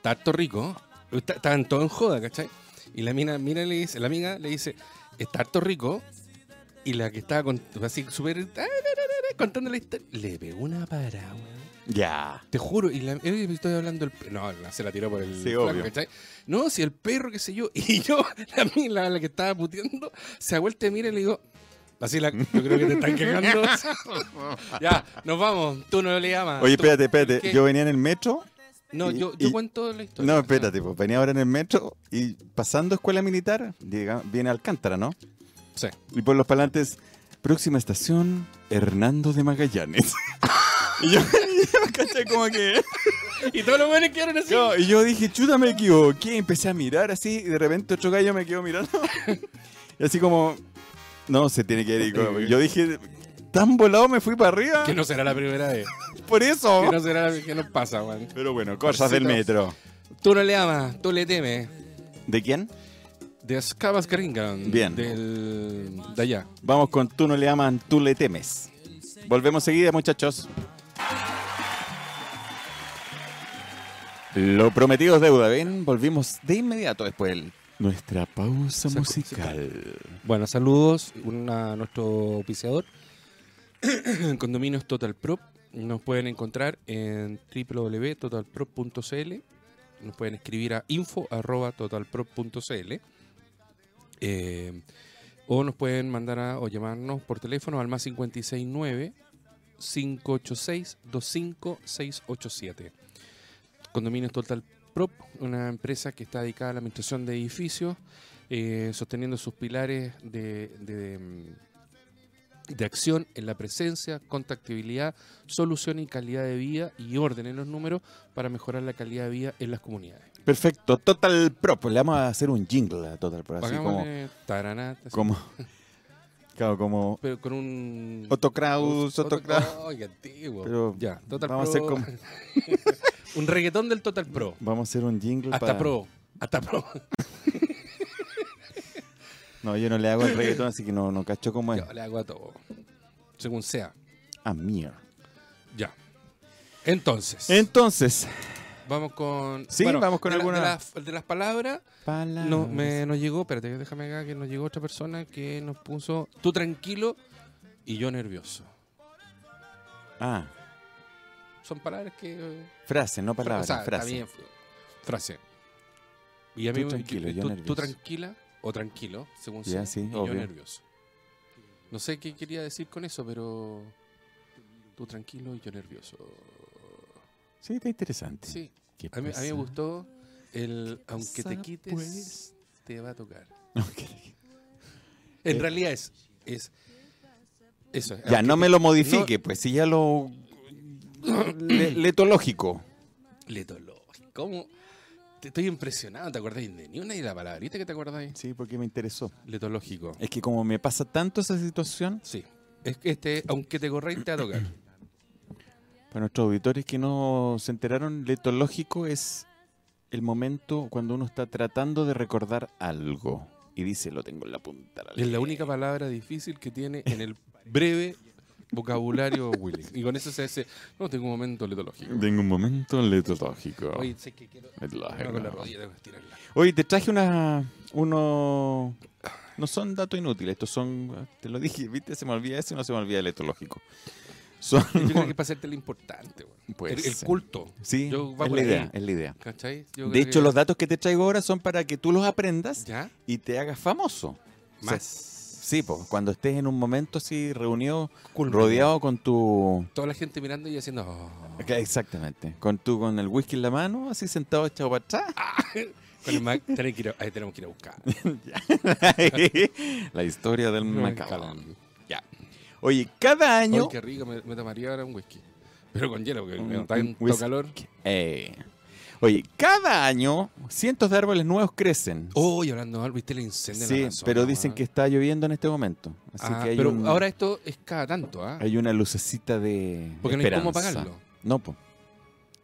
tanto rico. Está- Estaban todos en joda, ¿cachai? Y la mina, mira, le dice, la amiga le dice, es harto rico. Y la que estaba con, así súper ah, na, na, na, na, contando la historia, le pegó una parada, weón.
Ya.
Te juro, y la, eh, me estoy hablando del pe- No, la- se la tiró por el.
Sí,
flaco,
obvio.
¿cachai? No, si el perro, qué sé yo. Y yo, la, mi- la, la que estaba puteando, se da vuelta y mira y le digo. Así la. Yo creo que te están cagando. ya, nos vamos. Tú no le llamas.
Oye,
Ah, Tú-
espérate, espérate.
¿qué?
Yo venía en el metro.
No,
y-
yo, yo
y-
cuento la historia.
No, espérate, pues venía ahora en el metro y pasando escuela militar, llega, viene Alcántara, ¿no?
Sí.
Y por los palantes, próxima estación, Hernando de Magallanes. y yo, yo caché como que.
Y todos los buenos quedaron así.
No, y yo dije, chuta, me equivoqué. Empecé a mirar así y de repente otro gallo me quedó mirando. y así como, no, se tiene que ir. Y como- Yo dije, tan volado me fui para arriba.
Que no será la primera vez.
Por eso.
Que no será la que nos pasa, Juan.
Pero bueno, cosas del
Cositas.
metro.
Tú no le amas, tú le temes.
¿De quién?
De Scabas Gringan.
Bien.
Del, de allá.
Vamos con Tú no le aman, tú le temes. Volvemos seguida, muchachos. Lo prometido es deuda, ¿ven? Volvimos de inmediato después del- Nuestra pausa
Saco-
musical.
Bueno, saludos una- a nuestro auspiciador. Condominios Total Prop. Nos pueden encontrar en www.totalprop.cl. Nos pueden escribir a info.totalprop.cl. Eh, o nos pueden mandar a, o llamarnos por teléfono al más 569 586 25687. Condominios Total Prop, una empresa que está dedicada a la administración de edificios eh, sosteniendo sus pilares de, de, mm, de acción en la presencia, contactabilidad, solución y calidad de vida y orden en los números para mejorar la calidad de vida en las comunidades.
Perfecto, Total Prop. Le vamos a hacer un jingle a Total Prop. Así como,
Hagámosle taraná, así,
como. Claro, como.
pero con un...
Otto Kraus,
otro-
Otto Kraus.
Ay, qué antiguo.
Pero
ya, Total
vamos a hacer
Pro.
como-
un reggaetón del Total Pro.
Vamos a hacer un jingle
Hasta
para-
Pro. Hasta Pro.
No, yo no le hago el reggaetón, así que no, no cacho cómo es.
Yo le hago a todo. Según sea.
Ah, mierda.
Ya. Entonces.
Entonces.
Vamos con.
Sí, vamos con
de la-
alguna-
de, las, de las palabras. No,
palabras.
me, nos llegó, espérate, déjame acá que nos llegó otra persona que nos puso tú tranquilo y yo nervioso.
Ah,
Son palabras que. eh,
frase, no palabra,
o sea, está
frase.
bien, f- frase. Y a mí
Tú
me-
tranquilo,
tú,
yo
tú
nervioso.
tranquila o tranquilo, según
Ya,
sea.
sí,
y yo
obvio.
nervioso. No sé qué quería decir con eso, pero. Tú tranquilo y yo nervioso.
Sí, pues, está interesante.
Sí.
¿Qué
A mí, a mí me
pasa?
gustó el aunque te
pasa,
quites,
pues?
te va a tocar.
Ok.
En
Eh,
realidad es, es eso. es,
Ya,
aunque
no
te-
me lo modifique, pues si ya lo. le- letológico.
Letolo. ¿Cómo? Te estoy impresionado, ¿te acordáis de ni una de la palabrita que te acordáis?
Sí, porque me interesó.
Letológico.
Es que como me pasa tanto esa situación,
Sí. Es que este, aunque te corráis, te va a tocar.
para nuestros auditores que no se enteraron, letológico es el momento cuando uno está tratando de recordar algo y dice, lo tengo en la punta. de la
es la
lengua".
única palabra difícil que tiene en el breve vocabulario Willy. Y con eso se hace, no, tengo un momento letológico.
Tengo un momento letológico.
Oye, sé que quiero...
Letológico.
No, con la rodilla tengo que estirarla.
Oye, te traje una. Uno. No son datos inútiles, estos son. Te lo dije, ¿viste? Se me olvida eso y no se me olvida el etológico. Son.
Yo creo que es para hacerte lo importante, weón.
Puede
el, el
ser.
culto.
Pues Sí,
Yo- va
es
por
la
ahí.
idea, es la idea.
¿Cachai? Yo
De
creo
hecho,
que-
los datos que te traigo ahora son para que tú los aprendas
¿Ya?
y te hagas famoso. O sea,
Más.
sí, pues, cuando estés en un momento así reunido,
Culpa.
rodeado con tu...
Toda la gente mirando y haciendo. "Oh",
Ok, Exactamente, con tu con el whisky en la mano, así sentado echado para atrás.
con el Mac, tenés que ir a- ahí tenemos que ir a buscar.
la historia del Macalón.
Macalón.
Ya. Oye, cada año...
Ay, qué rico, me, me tomaría ahora un whisky. Pero con hielo, porque
Un-
me da
Mm, un
tanto
whisky.
calor.
Eh, Oye, cada año cientos de árboles nuevos crecen.
Oh, y hablando de algo, viste el incendio en
sí,
Amazonas,
pero dicen
ah?
que está lloviendo en este momento. Así
Ah,
que hay
pero
un-
ahora esto es cada tanto, ¿ah?
hay una lucecita de
Porque no hay
esperanza.
cómo pagarlo.
No, po.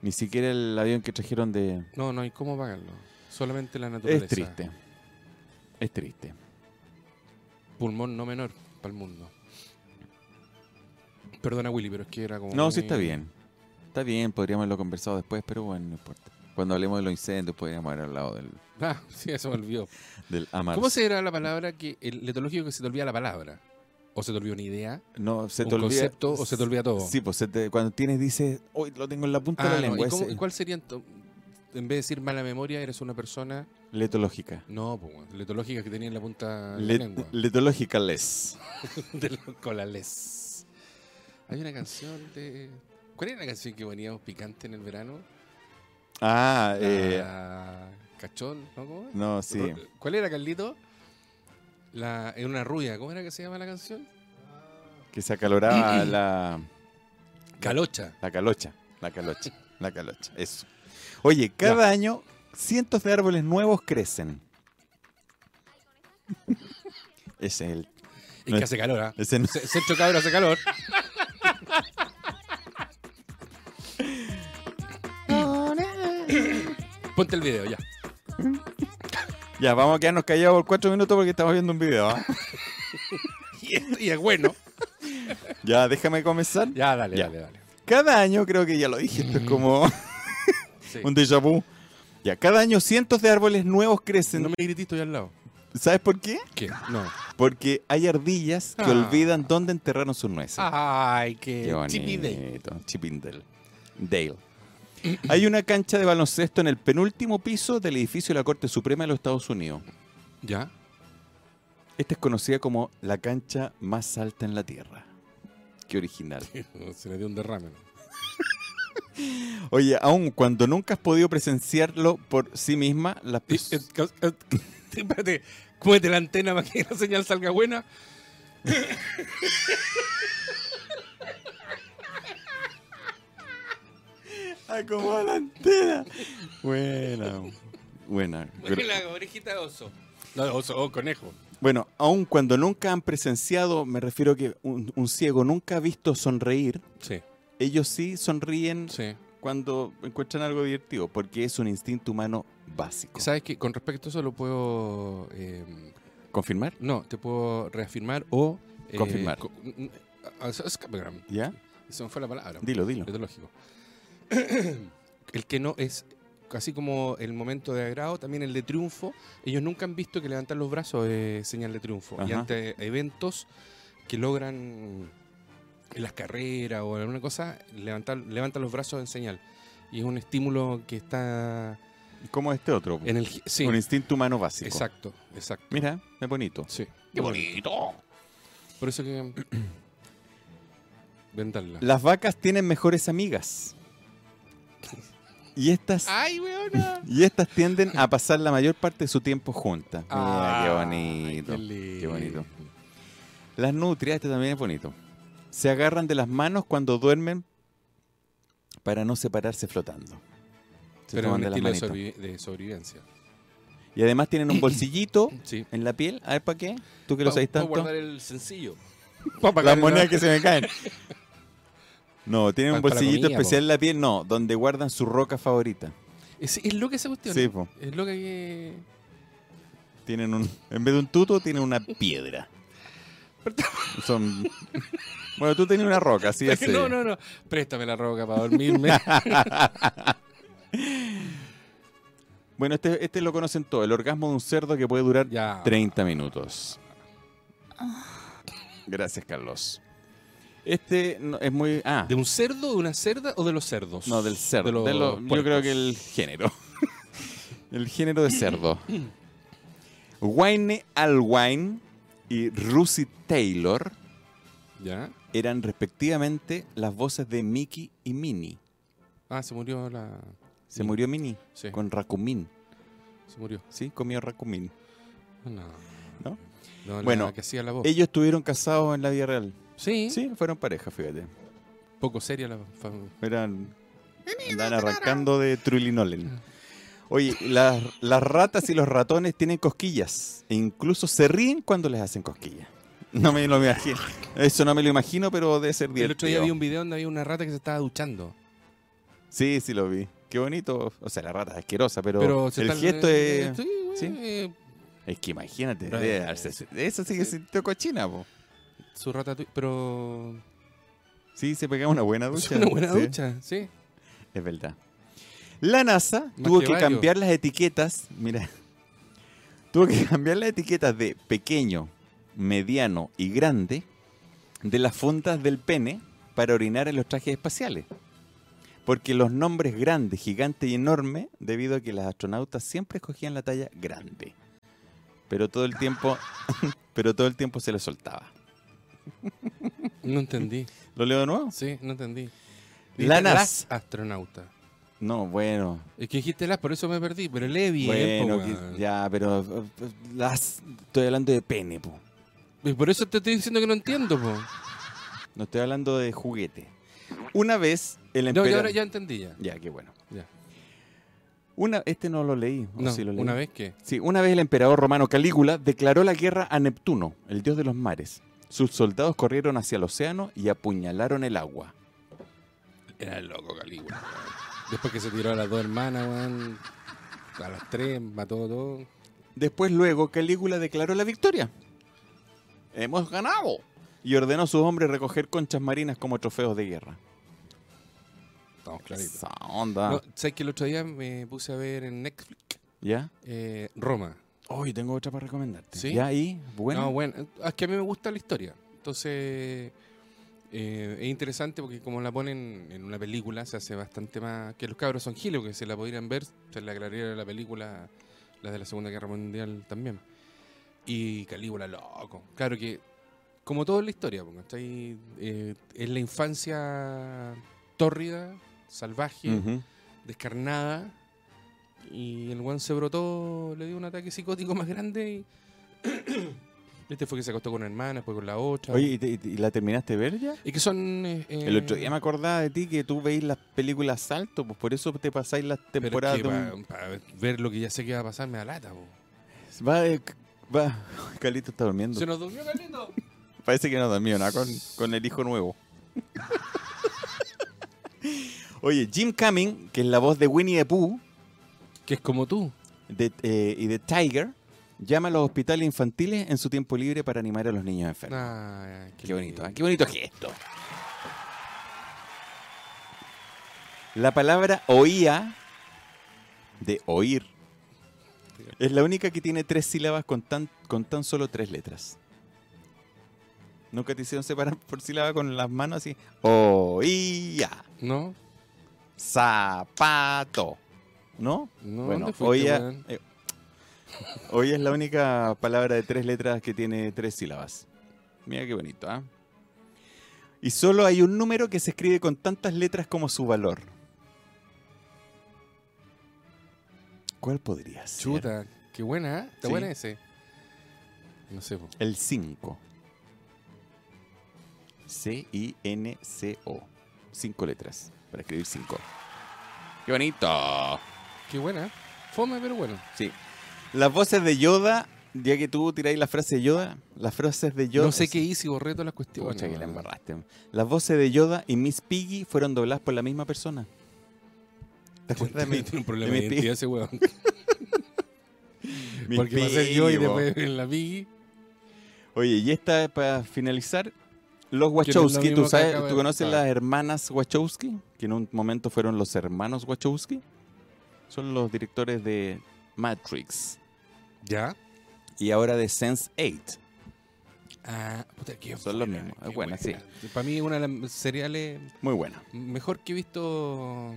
Ni siquiera el avión que trajeron de...
No, no hay cómo pagarlo. Solamente la naturaleza.
Es triste.
ah.
Es triste.
Pulmón no menor para el mundo. Perdona, Willy, pero es que era como.
No,
muy-
sí está bien. Está bien, podríamos haberlo conversado después, pero bueno, no importa. Cuando hablemos de los incendios podríamos haber hablado del,
Ah, sí, eso me olvidó.
del Amar.
¿Cómo se era la palabra que. El etológico que se te olvida la palabra? ¿O se te olvidó una idea?
No, se
¿Un
te olvida-
concepto o se te olvida todo?
Sí, pues se te- cuando tienes dices, hoy lo tengo en la punta
Ah,
de la
no,
lengua. eh,
¿y cómo-
ese-
y ¿Cuál sería ento- En vez de decir mala memoria, eres una persona.
Letológica.
No, pues, bueno, letológica que tenía en la punta de Ah, la
Let-
lengua.
letológica les.
de los colales. Hay una canción de. ¿Cuál era la canción que poníamos picante en el verano?
Ah, eh,
La Cachón, ¿no? ¿Cómo es?
no, sí.
Ru- ¿Cuál era, Carlito? La, era una rubia, ¿cómo era que se llama la canción?
Que se acaloraba la,
Calocha.
la calocha. La calocha. La calocha. Eso. Oye, cada año cientos de árboles nuevos crecen. Ese es el.
Es que hace calor, ¿ah?
ese no-
Se- Centro Cabro hace calor. Ponte el video, ya.
Ya, vamos a quedarnos callados por cuatro minutos porque estamos viendo un video. ¿ah?
Y es, y es bueno.
Ya, déjame comenzar.
Ya, dale,
Ya.
dale, dale.
Cada año, creo que ya lo dije, esto es como
Mm, Sí.
un déjà vu. Ya, cada año cientos de árboles nuevos crecen.
No me gritito ya al lado.
¿Sabes por qué?
¿Qué? No.
Porque hay ardillas que
Ah.
olvidan dónde enterraron sus nueces.
Ay, qué,
Qué bonito.
chipide.
Chipindale. Dale. Hay una cancha de baloncesto en el penúltimo piso del edificio de la Corte Suprema de los Estados Unidos.
¿Ya?
Esta es conocida como la cancha más alta en la Tierra. Qué original.
Se le dio un derrame. ¿no?
Oye, aun cuando nunca has podido presenciarlo por sí misma, las
Y-
pers-
et- ca- et- Espérate, cúmete la antena para que la señal salga buena.
Acomoda la antena. Buena. Buena.
La orejita de oso. No, de oso, oh, conejo.
Bueno, aun cuando nunca han presenciado, me refiero que un, un ciego nunca ha visto sonreír,
Sí,
ellos sí sonríen
sí.
cuando encuentran algo divertido, porque es un instinto humano básico.
¿Sabes que Con respecto a eso lo puedo... eh,
¿Confirmar?
no, te puedo reafirmar o... eh,
Confirmar.
co- n- a- a- es que- perdón,
¿Ya?
Se me fue la palabra.
Dilo, dilo.
Etológico. El que no es... Así como el momento de agrado, también el de triunfo. Ellos nunca han visto que levantar los brazos es señal de triunfo. Y
Ajá.
ante eventos que logran en las carreras o en alguna cosa, levantar, levantan los brazos en señal. Y es un estímulo que está
¿Cómo este otro?
en el... gi- Sí,
Un instinto humano básico.
exacto, exacto.
Mira, es bonito.
Sí.
¡Qué bonito!
Por eso que. Ventarla.
Las vacas tienen mejores amigas. Y estas,
¡Ay, weona!
y estas tienden a pasar la mayor parte de su tiempo juntas. Mira,
Ah, Ay,
qué bonito.
lindo.
qué bonito. Las nutrias, este también es bonito. Se agarran de las manos cuando duermen para no separarse flotando. Se
Pero es
toman
un
de las
estilo de,
manitos.
sobrevi- de sobrevivencia.
Y además tienen un bolsillito
Sí.
en la piel. A ver, ¿para qué? ¿Tú que lo sabes tanto?
el sencillo.
Las monedas que se me caen. No, tienen un
Pa- para la
bolsillito
comida,
especial en la piel, no, donde guardan su roca favorita.
Es, es lo que esa cuestión.
Sí, po.
Es lo que.
Tienen un, en vez de un tuto, tienen una piedra. Son, bueno, tú tenías una roca, así es.
No, no, no. Préstame la roca para dormirme.
Bueno, este, este lo conocen todo, el orgasmo de un cerdo que puede durar
ya.
30 minutos. Gracias, Carlos. Este no- es muy... Ah,
¿De un cerdo, de una cerda o de los cerdos?
no, del cerdo.
De
de
los
lo- yo creo
puercos.
que el género. el género de cerdo. Wayne Alwine y Russi Taylor
¿Ya?
eran respectivamente las voces de Mickey y Minnie.
Ah, se murió la.
Se
Sí.
murió Minnie
Sí,
con Rakumin,
se murió.
¿sí? Comió Rakumin.
No.
¿No?
No, la
Bueno,
que hacía la voz.
Ellos estuvieron casados en la vida real.
Oh. Sí,
Sí, fueron pareja, fíjate.
Poco seria la. fa-
Eran. Andan arrancando de Trulinolen. Oye, las, las ratas y los ratones tienen cosquillas. E incluso se ríen cuando les hacen cosquillas. No me lo imagino. Eso no me lo imagino, pero debe ser
El otro día
divertido.
vi un video donde había una rata que se estaba duchando.
Sí, sí lo vi. Qué bonito. O sea, la rata es asquerosa, pero,
Pero se
el
está-
gesto
eh,
es...
sí, güey,
sí.
eh,
Es que imagínate.
Pero-
debe darse- Eso sí que se sintió cochina, po.
su rata. tu- Pero.
Sí, se pegaba una buena ducha.
Es una buena
sí.
ducha, sí.
Es verdad. La NASA
Más
tuvo
que
que,
varios.
cambiar las etiquetas. Mira. Tuvo que cambiar las etiquetas de pequeño, mediano y grande de las fundas del pene para orinar en los trajes espaciales. Porque los nombres grande, gigante y enorme, debido a que las astronautas siempre escogían la talla grande. Pero todo el tiempo, pero todo el tiempo se le soltaba.
No entendí.
¿Lo leo de nuevo?
Sí, no entendí.
La
Dijiste
NASA.
Las astronautas.
No, bueno.
Es que dijiste las, por eso me perdí. Pero lee bien, po,
Bueno,
weón.
que- ya, pero eh, eh, las estoy hablando de pene, po.
Y por eso te estoy diciendo que no entiendo, po.
No estoy hablando de juguete. Una vez el
No,
emperador.
ya ahora ya entendí ya.
Ya, qué bueno.
Ya.
Una, este no lo leí. ¿o
No,
sí lo leí?
una vez que.
Sí, una vez el emperador romano Calígula declaró la guerra a Neptuno, el dios de los mares. Sus soldados corrieron hacia el océano y apuñalaron el agua.
Era el loco Calígula. weón. Después que se tiró a las dos hermanas, weón. A las tres, mató a todo.
Después, luego, Calígula declaró la victoria. ¡Hemos ganado! Y ordenó a sus hombres recoger conchas marinas como trofeos de guerra.
Estamos claritos.
Esa onda.
No, ¿Sabes que el otro día me puse a ver en Netflix
¿Ya?
eh, Roma?
Hoy tengo otra para recomendarte.
¿Sí?
¿Ya ahí? Bueno.
No, bueno, es que a mí me gusta la historia. Entonces, eh, es interesante porque como la ponen en una película, se hace bastante más... Que los cabros son giles, que se la pudieran ver, se la aclararía la película, la de la Segunda Guerra Mundial también. Y Calígula, loco. Claro que, como todo en la historia, porque está ahí, eh, es la infancia tórrida, salvaje,
Ujú.
descarnada. Y el guan se brotó, le dio un ataque psicótico más grande y. este fue que se acostó con una hermana, después con la otra.
Oye, ¿y, te- y te- y la terminaste de ver ya?
y que son. eh,
El otro día
eh,
me acordaba de ti que tú veis las películas salto, pues por eso te pasáis las
pero es
temporadas
que
de
pa-
un-
Para, ver lo que ya sé que va a pasar, me da lata, po.
Va, eh, c- va. Calito está durmiendo.
Se nos durmió Carlito.
Parece que no dormió nada con, con el hijo nuevo. Oye, Jim Cumming, que es la voz de Winnie the Pooh
que es como tú.
de- eh, y de Tiger, llama a los hospitales infantiles en su tiempo libre para animar a los niños enfermos.
Ah,
Qué bonito,
lindo.
¿eh? qué bonito gesto. La palabra oía, de oír, es la única que tiene tres sílabas con tan, con tan solo tres letras. Nunca te hicieron separar por sílaba con las manos así. Oía,
¿No?
zapato. ¿No?
No,
bueno,
¿dónde fuiste,
oía,
weón?
eh, oía es la única palabra de tres letras que tiene tres sílabas. Mira qué bonito, ¿ah? Y solo hay un número que se escribe con tantas letras como su valor. ¿Cuál podría ser?
Chuta, qué buena, ¿eh? Está
Sí.
buena ese. No sé, po.
El 5. C-I-N-C-O. Cinco letras. Para escribir cinco. ¡Qué bonito!
Qué buena. ¿eh? Fome, pero bueno.
Sí. Las voces de Yoda, ya que tú tiráis la frase de Yoda, las frases de Yoda.
no sé qué hice y borré todas las cuestiones.
Pucha, que la
weón.
embarraste. Las voces de Yoda y Miss Piggy fueron dobladas por la misma persona. ¿Te acuerdas de mi-
Tiene un problema
de
de
mi pi-
identidad ese weón.
Miss
Porque va a ser yo y
Piggy, po.
después en la Biggie.
Oye, y esta es para finalizar. Los
es lo
Wachowski,
mismo
¿tú,
que
sabes,
acaba de-
¿tú conoces
Ah.
las hermanas Wachowski? Que en un momento fueron los hermanos Wachowski. Son los directores de Matrix
¿Ya?
y ahora de Sense 8.
Ah, puta, qué
Son los
buena,
mismos.
qué
Es buena, sí.
Para mí es una de las series
Muy buena.
mejor que he visto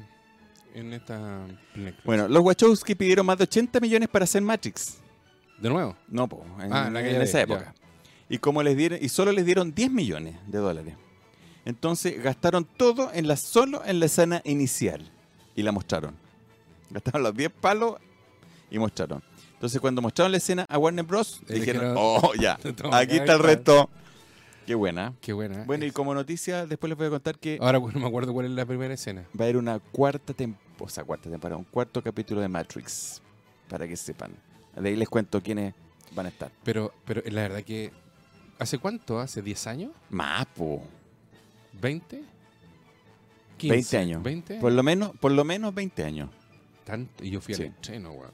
en esta... Netflix.
Bueno, los Wachowski pidieron más de 80 millones para hacer Matrix.
¿De nuevo?
No, po, en,
Ah, la que
en
ya vi,
esa
ya.
época. Y, como les dieron, y solo les dieron 10 millones de dólares. Entonces gastaron todo en la, solo en la escena inicial. Y la mostraron. Gastaron los 10 palos y mostraron. Entonces cuando mostraron la escena a Warner Bros.
Eh,
dijeron,
dijeron,
oh, ya,
toma,
aquí
ahí
está el
está".
resto. Qué buena.
Qué buena. ¿eh?
Bueno, y
es.
como noticia, después les voy a contar que
Ahora bueno, no me acuerdo cuál es la primera escena.
va a haber una cuarta temporada, o sea, cuarta temporada, un cuarto capítulo de Matrix, para que sepan. De ahí les cuento quiénes van a estar.
Pero, pero la verdad que. ¿Hace cuánto? ¿Hace 10 años?
Mapo,
¿20? 15,
20 años.
20
Por lo menos, por lo menos 20 años.
Tanto, y yo fui
Sí.
al entreno, weón.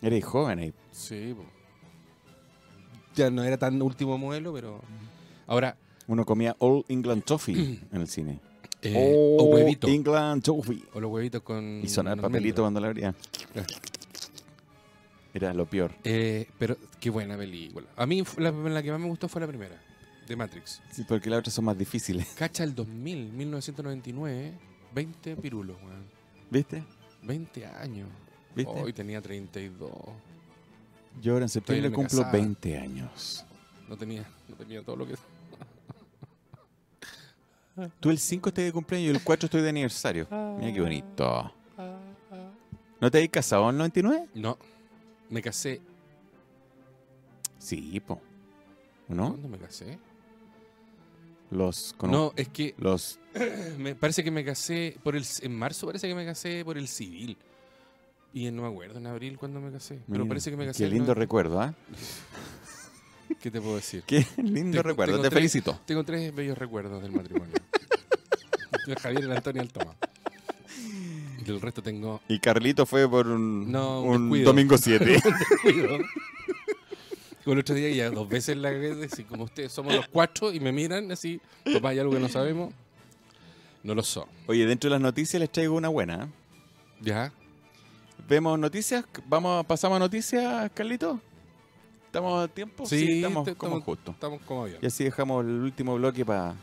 Eres joven eh. ahí.
Sí, po. Ya no era tan último modelo, pero. Ahora.
Uno comía All England Toffee en el cine.
eh,
All
o huevito. Mm,
England Toffee.
O los huevitos con.
Y sonaba el
almendra.
papelito cuando la abría. Era lo peor.
Eh, pero qué buena película. A mí fu- la, la que más me gustó fue la primera, de Matrix.
Sí, porque las otras son más difíciles.
Cacha el 2000, 1999, 20 pirulos, weón.
¿Viste?
20 años.
¿Viste?
Hoy tenía 32.
Yo ahora en septiembre
me
cumplo
casaba.
20 años.
No tenía, no tenía todo lo que...
Tú el 5 estás de cumpleaños y el 4 estoy de aniversario. Mira qué bonito. ¿No te habéis casado en el 99?
No, me casé.
Sí, po. ¿O ¿No?
¿Cuándo me casé?
Los con
No, es que
los
me parece que me casé por el... En marzo parece que me casé por el civil. Y en- no me acuerdo en abril cuando me casé. Pero
mira,
parece que me casé...
Qué
el
lindo
90.
recuerdo, ¿ah?
¿Qué te puedo decir?
Qué lindo
Te- te
recuerdo. Te,
encontré-
felicito.
Tengo tres bellos recuerdos del matrimonio. De Javier, el Antonio y el Tomás. Y del resto tengo
Y Carlito fue por un,
No, un
un
descuido.
domingo 7.
cuidado. Como el otro día ya dos veces la cagué, así como ustedes somos los cuatro y me miran así, papá, hay algo que no sabemos. No lo son.
Oye, dentro de las noticias les traigo una buena. ¿ah?
¿Ya?
Vemos noticias, vamos, pasamos a noticias, Carlito. ¿Estamos a tiempo?
Sí,
estamos
te-
como
estamos-
justo.
Estamos como bien.
Y así dejamos el último bloque para.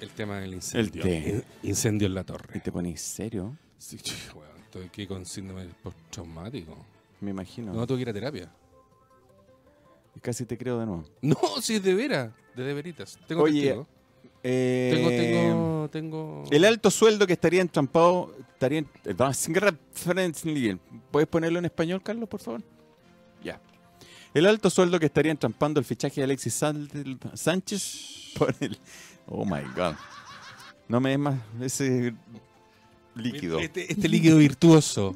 El tema del incendio.
té.
In- Incendio en la
¿Y
torre.
te ponís serio?
Sí, ch- weón, estoy aquí con síndrome postraumático.
Me imagino.
No, tuve que ir a terapia.
Casi te creo de nuevo.
No, sí, es de veras, de de veritas. Tengo
Oye,
testigo.
Eh,
Tengo, tengo, tengo...
El alto sueldo que estaría entrampado. Estaría. en- eh, vamos, Grab Friendly. ¿Puedes ponerlo en español, Carlos, por favor? Ya. El alto sueldo que estaría entrampando el fichaje de Alexis Sand- Sánchez por el. Oh my God. No me des más ese líquido.
Este, este líquido virtuoso.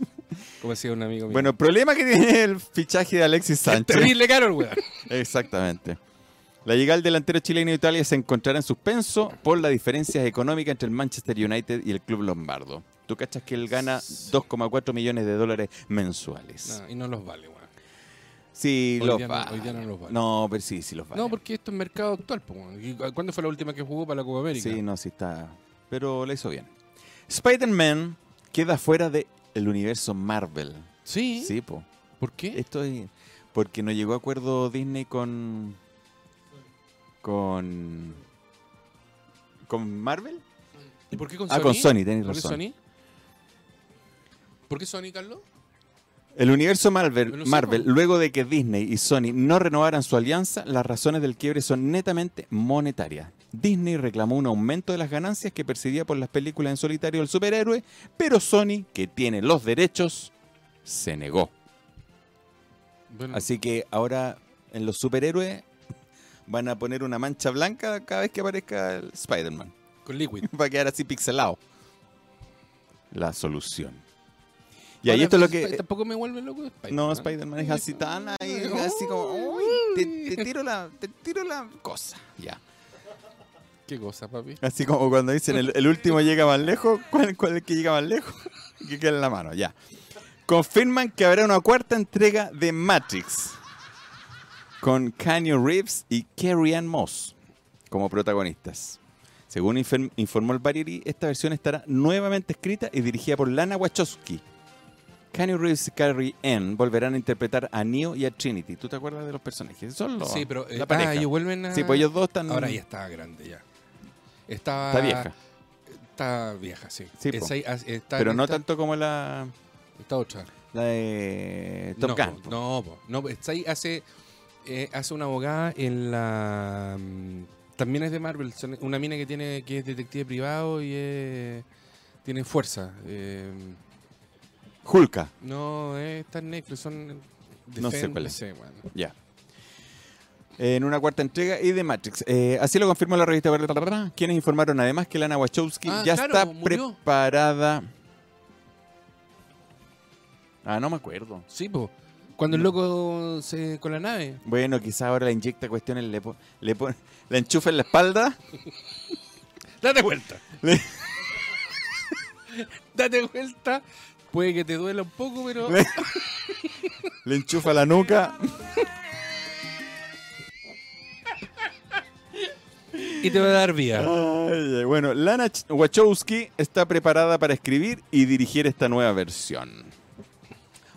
Como decía un amigo mío.
Bueno, el problema que tiene el fichaje de Alexis Sánchez.
terrible caro el weón.
Exactamente. La llegada del delantero chileno de Italia se encontrará en suspenso por las diferencias económicas entre el Manchester United y el club lombardo. Tú cachas que él gana 2,4 millones de dólares mensuales.
No, y no los vale, weón.
Sí,
Hoy
los
día no-
vale.
hoy día no los vale.
No, pero sí, sí los vale.
No, porque esto es mercado actual. po, weón. ¿Y cu- ¿Cuándo fue la última que jugó para la Copa América?
Sí, no, sí está. Pero la hizo bien. Spider-Man queda fuera del universo Marvel.
¿Sí?
Sí, po.
¿Por qué?
Esto es porque no llegó a acuerdo Disney con con con Marvel.
¿Y por qué con
Ah,
Sony?
con Sony, tenés
¿Por qué
razón.
Sony? ¿Por qué Sony, Carlos?
El universo
Pero
Marvel,
no sé,
Marvel,
po.
luego de que Disney y Sony no renovaran su alianza, las razones del quiebre son netamente monetarias. Disney reclamó un aumento de las ganancias que percibía por las películas en solitario del superhéroe, pero Sony, que tiene los derechos, se negó.
Bueno,
Así que ahora en los superhéroes van a poner una mancha blanca cada vez que aparezca el Spider-Man.
con Liquid.
Va a quedar así pixelado. La solución. Y
Ahora,
ahí esto es lo
Sp-
que... eh,
Tampoco me vuelve loco Spider-Man.
No, Spider-Man es así tan ahí,
Ay,
así como, uy, te, te tiro la, te tiro la cosa, ya.
Qué cosa, papi.
Así como cuando dicen el, el último llega más lejos, ¿cuál, cuál es el que llega más lejos? Que queda en la mano, ya. Confirman que habrá una cuarta entrega de Matrix con Canyon Reeves y Carrie Ann Moss como protagonistas. Según infirm- informó el Variety, esta versión estará nuevamente escrita y dirigida por Lana Wachowski. Kanye Reeves y Carrie Ann volverán a interpretar a Neo y a Trinity. ¿Tú te acuerdas de los personajes? Son los,
Sí, pero... eh,
la pareja.
ah, ellos vuelven a...
Sí, pues ellos dos están...
Ahora ya está grande, ya. Estaba...
Está vieja.
Está vieja, sí.
Sí, po.
Esa- ah, está
Pero
en
no
esta-
tanto como la,
Esta otra.
la de Top
no,
Gun.
po, No, po, no, po, está ahí hace eh, hace una abogada en la. mm, También es de Marvel, son- una mina que tiene que es detective privado y es- tiene fuerza. eh,
Julka.
no, es tan Netflix, son.
No sé
Defend-
cuál es.
sé, bueno.
Ya. En una cuarta entrega y de Matrix. Eh, así lo confirmó la revista Verde, tararara, quienes informaron además que Lana Wachowski
Ah,
ya
claro,
está
murió.
preparada. Ah, no me acuerdo.
Sí, po. Cuando el loco se con la nave.
Bueno, quizás ahora la inyecta cuestiones, le, po- le pon- la enchufa en la espalda.
Date vuelta.
Le-
Date vuelta. Puede que te duela un poco, pero.
Le, le enchufa la nuca.
Y te va a dar vía.
Ay, ay, bueno, Lana Ch- Wachowski está preparada para escribir y dirigir esta nueva versión.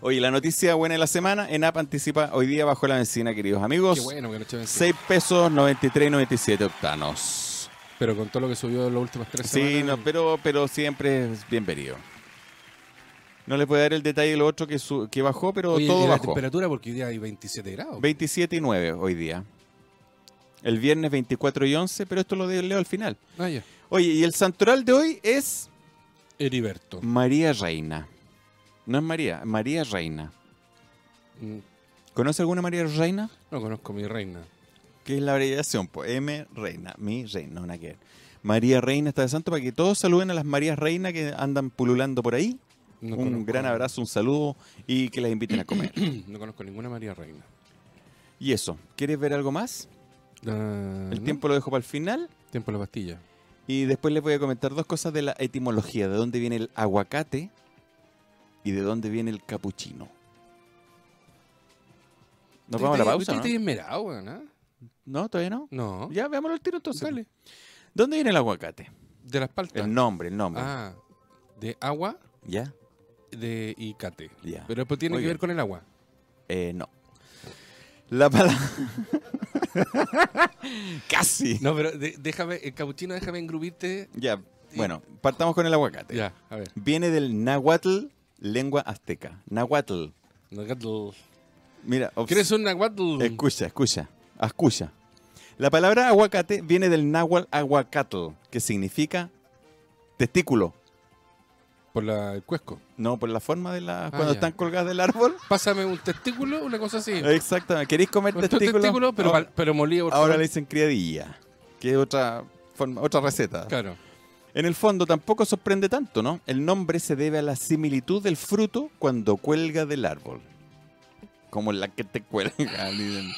Oye, la noticia buena de la semana en App anticipa hoy día bajo la vecina, queridos amigos.
Qué bueno que no estoy en
6 pesos 93 y 97 octanos.
Pero con todo lo que subió en las últimas tres
Sí,
semanas.
no, pero, pero siempre es bienvenido. No les voy a dar el detalle de lo otro que, su- que bajó, pero
Oye, y
todo
la
bajó.
temperatura porque hoy día hay 27 grados.
27 y 9 hoy día. El viernes 24 y 11, pero esto lo de- leo al final.
Ah, ya.
Oye, y el santoral de hoy es
Heriberto.
María Reina. No es María, María Reina.
Mm,
¿Conoce alguna María Reina?
No conozco a mi reina.
Que es la abreviación, pues M Reina, mi reina, no, nada que ver. María Reina está de santo para que todos saluden a las Marías Reina que andan pululando por ahí.
No
un
conozco-
gran abrazo, un saludo y que las inviten a comer.
No conozco ninguna María Reina.
y eso, ¿quieres ver algo más?
Ah,
El
no.
tiempo lo dejo para el final
Tiempo de la pastilla.
y después les voy a comentar dos cosas de la etimología, de dónde viene el aguacate y de dónde viene el capuchino. Nos
Te-
vamos a la
te-
pausa,
te-
¿no?
te esmerado, weón, ¿ah?
No, todavía no.
No.
Ya, veámoslo el tiro entonces.
Dale.
¿Dónde viene el aguacate?
De las paltas.
El nombre, el nombre.
Ah, de agua
¿Ya?
de y cate.
Ya.
Pero pues tiene
Muy
que
bien.
ver con el agua.
Eh, no. La palabra... Casi.
No, pero de- déjame, el capuchino, déjame engrubirte.
Ya, bueno, partamos con el aguacate.
Ya, a ver.
Viene del náhuatl, lengua azteca. Náhuatl.
Nahuatl.
Mira, obs-
¿Quieres un nahuatl?
escucha, escucha, escucha. La palabra aguacate viene del náhuatl aguacatl, que significa testículo.
Por la, el cuesco.
No, por la forma de las...
Ah,
cuando
ya.
están colgadas del árbol.
Pásame un testículo, una cosa
Eh,
así.
Exactamente. ¿Queréis comer
Con tu
testículo?
testículo, pero,
ahora,
mal- pero molido por
ahora
favor.
le dicen criadilla, que es otra, forma, otra receta.
Claro.
En el fondo tampoco sorprende tanto, ¿no? El nombre se debe a la similitud del fruto cuando cuelga del árbol. Como la que te cuelga, dicen.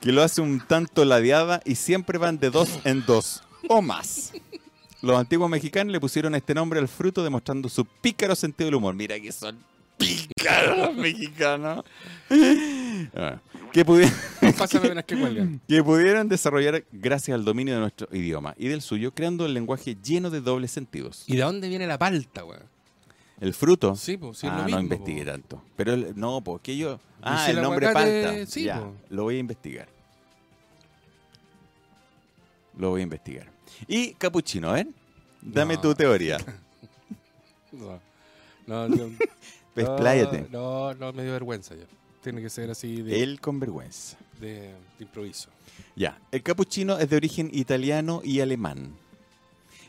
que lo hace un tanto ladeada y siempre van de dos en dos, o más. Los antiguos mexicanos le pusieron este nombre al fruto demostrando su pícaro sentido del humor. Mira que son pícaros los mexicanos. Ah, Que pudieron
Pásame unas que cuelgan.
que pudieran desarrollar gracias al dominio de nuestro idioma y del suyo, creando el lenguaje lleno de dobles sentidos.
¿Y de dónde viene la palta, weón?
El fruto.
Sí, pues, sí, es
ah,
lo
no
mismo,
investigué
po.
tanto. Pero el- no, porque yo. Ah,
si
el
el
nombre
aguacate,
palta.
sí,
Ya,
po.
lo voy a investigar. Lo voy a investigar. Y capuchino, ¿eh? Dame
No.
tu teoría.
No. No, no.
pues Despláyate.
Ah, No, no, me dio vergüenza ya. Tiene que ser así de,
Él con vergüenza.
de- de improviso.
Ya, el capuchino es de origen italiano y alemán.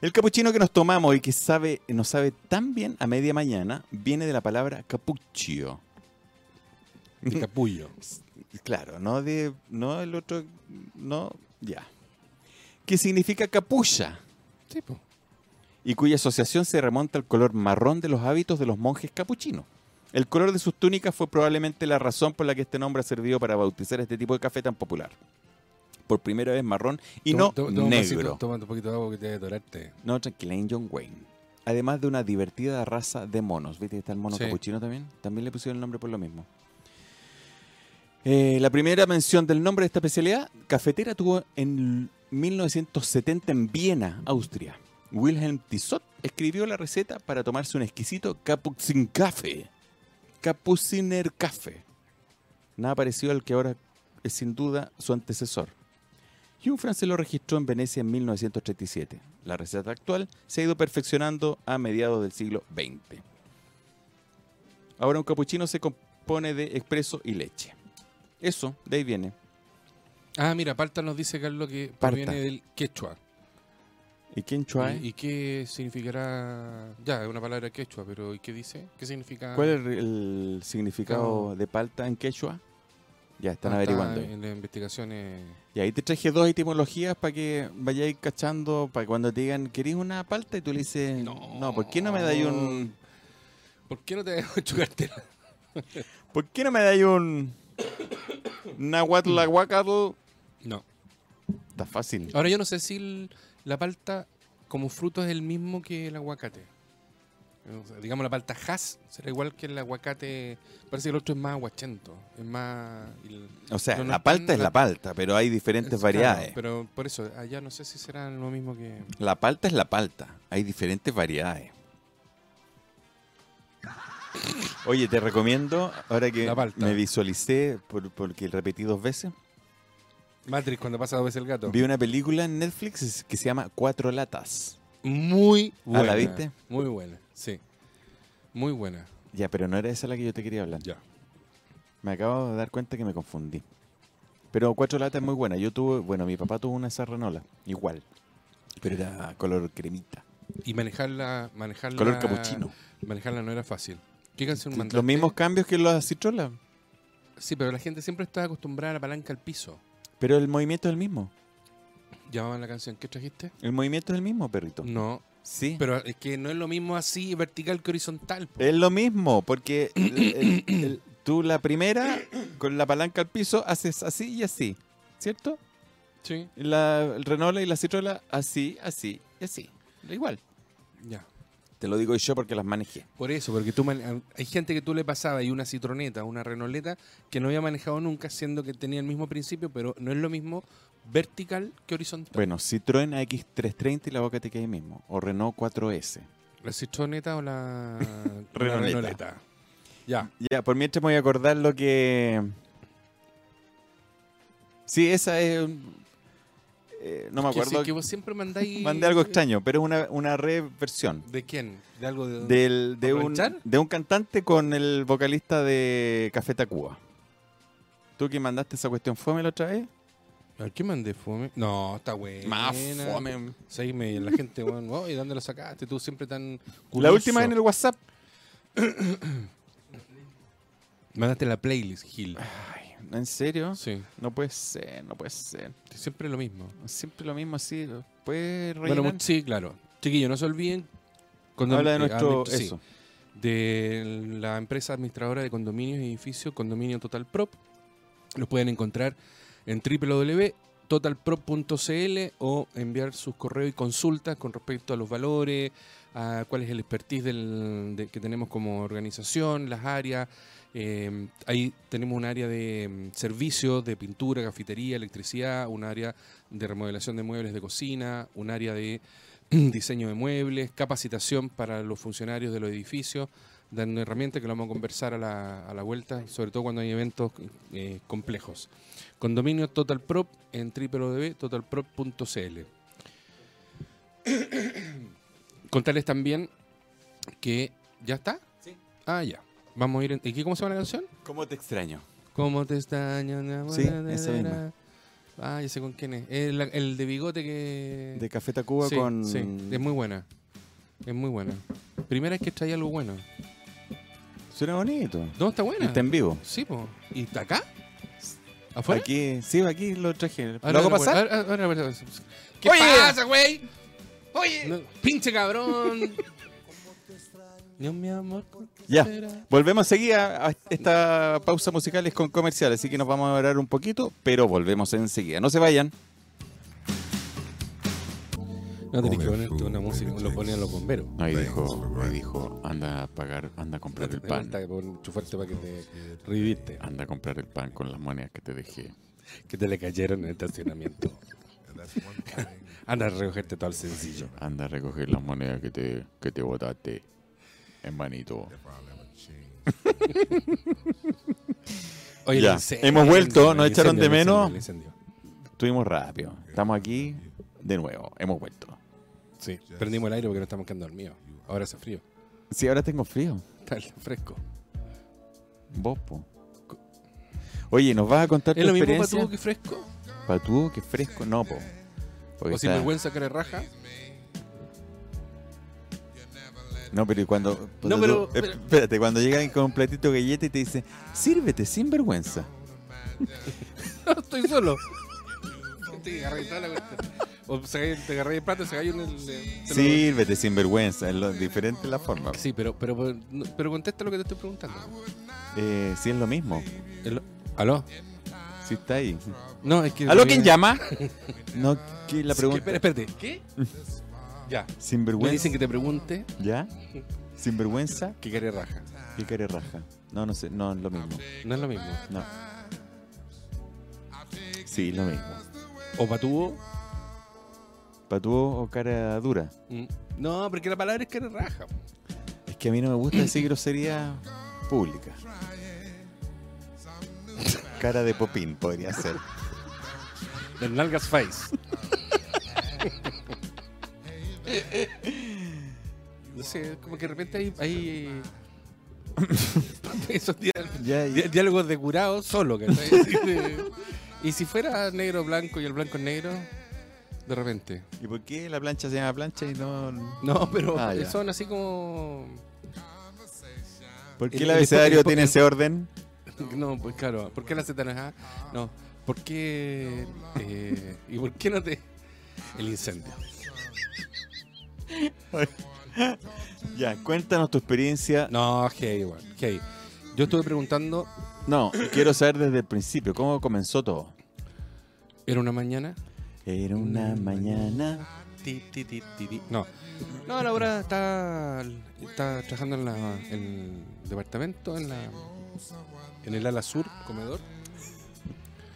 El capuchino que nos tomamos y que sabe, nos sabe tan bien a media mañana viene de la palabra capuccio.
De capullo.
Claro, no de no el otro no, ya. Que significa capucha
Sí, pues.
y cuya asociación se remonta al color marrón de los hábitos de los monjes capuchinos. El color de sus túnicas fue probablemente la razón por la que este nombre ha servido para bautizar este tipo de café tan popular. Por primera vez marrón y no negro.
Toma un poquito de agua que te debe atorarte.
No, tranquila, en John Wayne. Además de una divertida raza de monos. ¿Viste que está el mono
Sí.
capuchino también? También le pusieron el nombre por lo mismo. Eh, la primera mención del nombre de esta especialidad cafetera tuvo en 1970 en Viena, Austria. Wilhelm Tissot escribió la receta para tomarse un exquisito Kapuzinkaffee. Capuciner Café. Nada parecido al que ahora es sin duda su antecesor. Y un francés lo registró en Venecia en 1937. La receta actual se ha ido perfeccionando a mediados del siglo XX. Ahora un capuchino se, com- pone de expreso y leche. Eso, de ahí viene.
Ah, mira, Parta nos dice, Carlos, que
Parta.
proviene del quechua.
¿Y quién chua?
¿Y, y qué significará? Ya, es una palabra quechua, pero ¿y qué dice? ¿Qué significa?
¿Cuál es el, el significado
Claro.
de palta en quechua? Ya, están
Ah, está
averiguando.
En las investigaciones.
Y ahí te traje dos etimologías para que vayáis cachando, para cuando te digan, ¿querés una palta? Y tú le dices,
No.
no, ¿por qué no me dais un...
¿Por qué no te dejo chocártela?
¿Por qué no me dais un... Nahuatl,
Mm.
aguacatl?
No.
Está fácil.
Ahora yo no sé si el- la palta como fruto es el mismo que el aguacate. O sea, digamos la palta has será igual que el aguacate. Parece que el otro es más aguachento. Es más. el-
O sea,
No, no
la
es
palta
tan-
es la palta, pero hay diferentes
es-
variedades.
claro, pero por eso, allá no sé si será lo mismo que.
La palta es la palta, hay diferentes variedades. Oye, te recomiendo, ahora que
La palta.
me visualicé, por- porque repetí dos veces,
Matrix, cuando pasa dos veces el gato.
vi una película en Netflix que se llama Cuatro Latas.
Muy
Ah, ¿la
buena.
viste?
Muy buena, sí. Muy buena.
Ya, pero no era esa la que yo te quería hablar.
Ya.
Me acabo de dar cuenta que me confundí. Pero Cuatro Latas es muy buena. Yo tuve, bueno, mi papá tuvo una sarranola, igual. Pero era color cremita,
Y manejarla. manejarla
color capuchino.
Manejarla no era fácil. ¿Qué canción mandaste?
Los mismos cambios que los citrolas,
Sí, pero la gente siempre está acostumbrada a la palanca al piso.
pero el movimiento es el mismo.
Llamaban la canción. ¿Qué trajiste?
El movimiento es el mismo, perrito.
No,
Sí.
Mm. pero es que no es lo mismo así vertical que horizontal. po.
Es lo mismo, porque el- el- el- tú la primera, con la palanca al piso, haces así y así, ¿cierto?
Sí,
Y La el Renola y la Citrola, así, así y así. Da Igual.
ya.
Te lo digo yo porque las manejé.
Por eso, porque tú mane- hay gente que tú le pasaba y una citroneta, una renoleta, que no había manejado nunca, siendo que tenía el mismo principio, pero no es lo mismo vertical que horizontal.
Bueno, Citroën AX330 y la boca te queda ahí mismo. O Renault 4S.
¿La citroneta o la o la
Renoleta.
renoleta? Ya.
Ya, por mientras me voy a acordar lo que. Sí, esa es. eh, no me
Que sí,
acuerdo.
que vos siempre mandáis...
Mandé algo extraño, pero es una, una reversión.
¿De quién? ¿De algo de...?
del, de, un,
¿Aprovechar?
de un cantante con el vocalista de Café Tacuba. ¿Tú que mandaste esa cuestión fome la otra vez?
¿A quién mandé fome? No, está buena. Sí, me- la gente, bueno, oye, ¿dónde lo sacaste? Tú siempre tan...
La
curioso".
última en el WhatsApp.
Mandaste la playlist, Gil.
Ay, ¿En serio?
Sí,
No puede ser, no puede ser.
siempre lo mismo.
Siempre lo mismo así. Puede
Bueno,
rellenar.
mu- sí, claro. Chiquillos, no se olviden... cuando ah,
Habla de nuestro. eso.
de la empresa administradora de condominios y edificios Condominio Total Prop. Los pueden encontrar en www.totalprop.cl o enviar sus correos y consultas con respecto a los valores, a cuál es el expertise del- de- que tenemos como organización, las áreas. Eh, ahí tenemos un área de mm, servicios, de pintura, cafetería, electricidad, un área de remodelación de muebles de cocina, un área de diseño de muebles, capacitación para los funcionarios de los edificios, dando herramientas que lo vamos a conversar a la, a la vuelta, sobre todo cuando hay eventos eh, complejos. Condominio Total Prop en www.totalprop.cl. Contarles también que ya está. Ah, ya. Vamos a ir. En, ¿y qué- ¿Cómo se llama la canción?
¿Cómo te extraño?
¿Cómo te extraño? na,
Sí,
na, na,
esa
na,
misma.
na. Ah, ya sé con quién es. El, el de bigote que.
De Café Tacuba
Sí,
con.
sí, es muy buena. Es muy buena. Primera vez que trae algo bueno.
Suena bonito.
¿Dónde está buena?
Está en vivo.
Sí, po. ¿Y está acá? ¿Afuera?
Aquí, sí, aquí lo traje.
Ahora,
¿Lo hago
ahora,
pasar?
ahora, ahora, ahora, ahora. ¿Qué
Oye.
pasa, güey? Oye, pinche cabrón. Dios mi amor. ¿por qué
Ya.
será?
Volvemos seguida a esta pausa musical es con comercial, así que nos vamos a orar un poquito, pero volvemos enseguida. No se vayan.
No tenés que ponerte una música, lo ponían los bomberos.
Ahí dijo, ahí dijo, anda a pagar, anda a comprar el pan,
Basta con chufarte para que te reviste.
anda a comprar el pan con las monedas que te dejé.
Que te le cayeron en el estacionamiento. Anda a recogerte todo el sencillo.
Anda a recoger las monedas que te, que te botaste, hermanito.
el
Ya,
incendio,
hemos
el
vuelto,
incendio,
nos
el
echaron de
incendio, el
menos.
incendio, el incendio.
Estuvimos rápido, estamos aquí de nuevo, hemos vuelto.
Sí, prendimos el aire porque no estamos quedando dormidos. Ahora hace frío.
Sí, ahora tengo frío.
Está el fresco.
Vos, po. Oye, ¿nos vas a contar tu
¿Es lo mismo
experiencia?
patudo que fresco?
Patúo, que fresco, no, po. Porque
¿O
está-
sinvergüenza cara de raja?
No, pero y cuando. ponte tú-
pero-
eh,
pero-
Espérate, cuando llegan con un platito de galleta y te dicen, sírvete, sin vergüenza.
No, estoy solo. te agarré toda la cuestión. O se- te agarré el plato, se cayó en el. te lo-
Sírvete, sin vergüenza. Es lo, diferente la forma.
Sí, pero, pero, pero, no- pero contesta lo que te estoy preguntando.
Eh, sí, es lo mismo.
El- ¿Aló?
Sí, está ahí.
No, es que.
¿Aló, quién llama? No, que la
Sí, que-
pregunta.
espera, espérate. ¿Qué? ya.
Sin
Me
vergüenza.
dicen que te pregunte
¿Ya? Sin vergüenza.
que cara de raja.
¿Qué care raja? No, no sé, no es lo mismo.
No es lo mismo.
No. Sí, es lo mismo.
O patuvo.
¿Patúo o cara dura?
mm, No, porque la palabra es cara de raja.
Es que a mí no me gusta decir grosería pública. Cara de popín podría ser.
Del nalgas face. No sé, como que de repente hay. hay... Esos días
Ya,
Di- Diálogos de curado solo, ¿cachai? Así de- y si fuera negro blanco y el blanco es negro, de repente.
¿Y por qué la plancha se llama plancha y no...?
No, pero
Ah, ya.
son así como.
¿Por qué
El-
el,
el-
abecedario
el-
tiene ese orden?
No, pues claro, ¿por qué la Z no es A? No, ¿por qué. eh, ¿Y por qué no te.? El incendio.
Ya, cuéntanos tu experiencia.
No, hey, igual, hey. Yo estuve preguntando,
No, quiero saber desde el principio, ¿cómo comenzó todo?
¿era una mañana?
Era una mañana...
Mm. Ti, ti, ti, ti, ti. No. No, la hora está, está trabajando en, la- en el departamento, en, la, en el ala sur, comedor.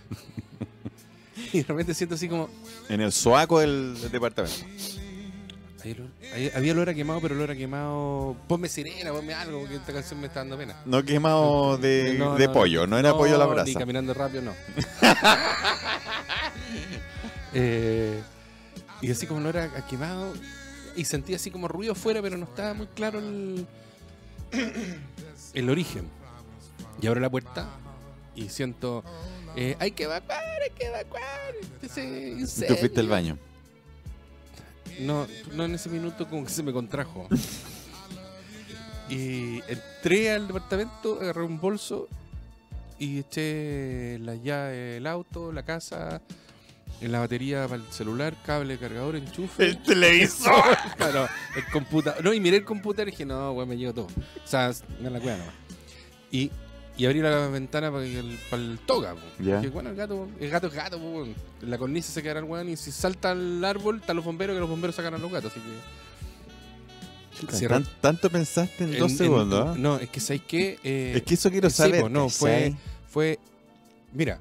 y de repente siento así como.
En el soaco del, del departamento.
"Hay olor- hay- había olor a quemado, pero olor a quemado. Ponme sirena, ponme algo, porque esta canción me está dando pena.
No quemado de,
Eh, No,
Eh, de
no,
pollo, no era pollo a la
Ni
brasa.
caminando rápido, no. Eh, y así como no era quemado. Y sentía así como ruido afuera, pero no estaba muy claro el, el origen. Y abro la puerta y siento. eh, hay que evacuar, hay que evacuar. Ese
Y Tú fuiste
incendio.
al baño.
No, no en ese minuto como que se me contrajo. y entré al departamento, agarré un bolso y eché la llave del auto, la casa, en la batería para el celular, cable, cargador, enchufe.
¡El televisor!
Claro, el computador. No, y miré el computador y dije, no, weón, me llevo todo. O sea, me la cueva nomás. Y, y abrí la ventana para el, para el toga, po.
Ya.
Dije, bueno, el gato, el gato es gato, po, weón. En La cornisa se quedará el weón y si salta al árbol, están los bomberos que los bomberos sacan a los gatos, así que. Cierra-
Tan- tanto pensaste en, dos
en-
segundos, ¿ah?
en- No, es que Eh, sabéis que.
Es que eso quiero
sí,
saber.
po, no, fue-
¿cachai?
fue. Mira,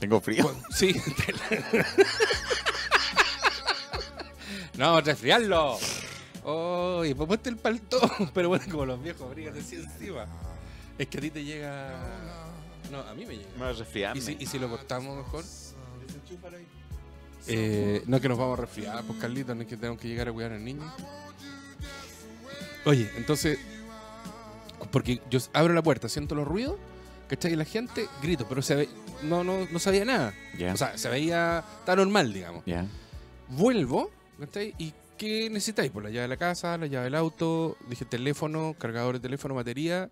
Tengo frío.
Cu- Sí. te la- no, resfriarlo. Oye, pues ponte el palto. Pero bueno, como los viejos, abrígate así encima. Es que a ti te llega. No, a mí me llega.
Me resfriarme.
¿Y si, y si lo cortamos mejor? Eh, no que nos vamos a resfriar, pues Carlitos, no es que tenemos que llegar a cuidar al niño. Oye, entonces, porque yo abro la puerta, siento los ruidos, ¿cachai? Y la gente, grito, pero se ve- no, no, no sabía nada.
Ya.
O sea, se veía tan normal, digamos.
Ya.
Vuelvo, ¿cachai? ¿Y qué necesitáis? Pues la llave de la casa, la llave del auto, dije teléfono, cargador de teléfono, batería,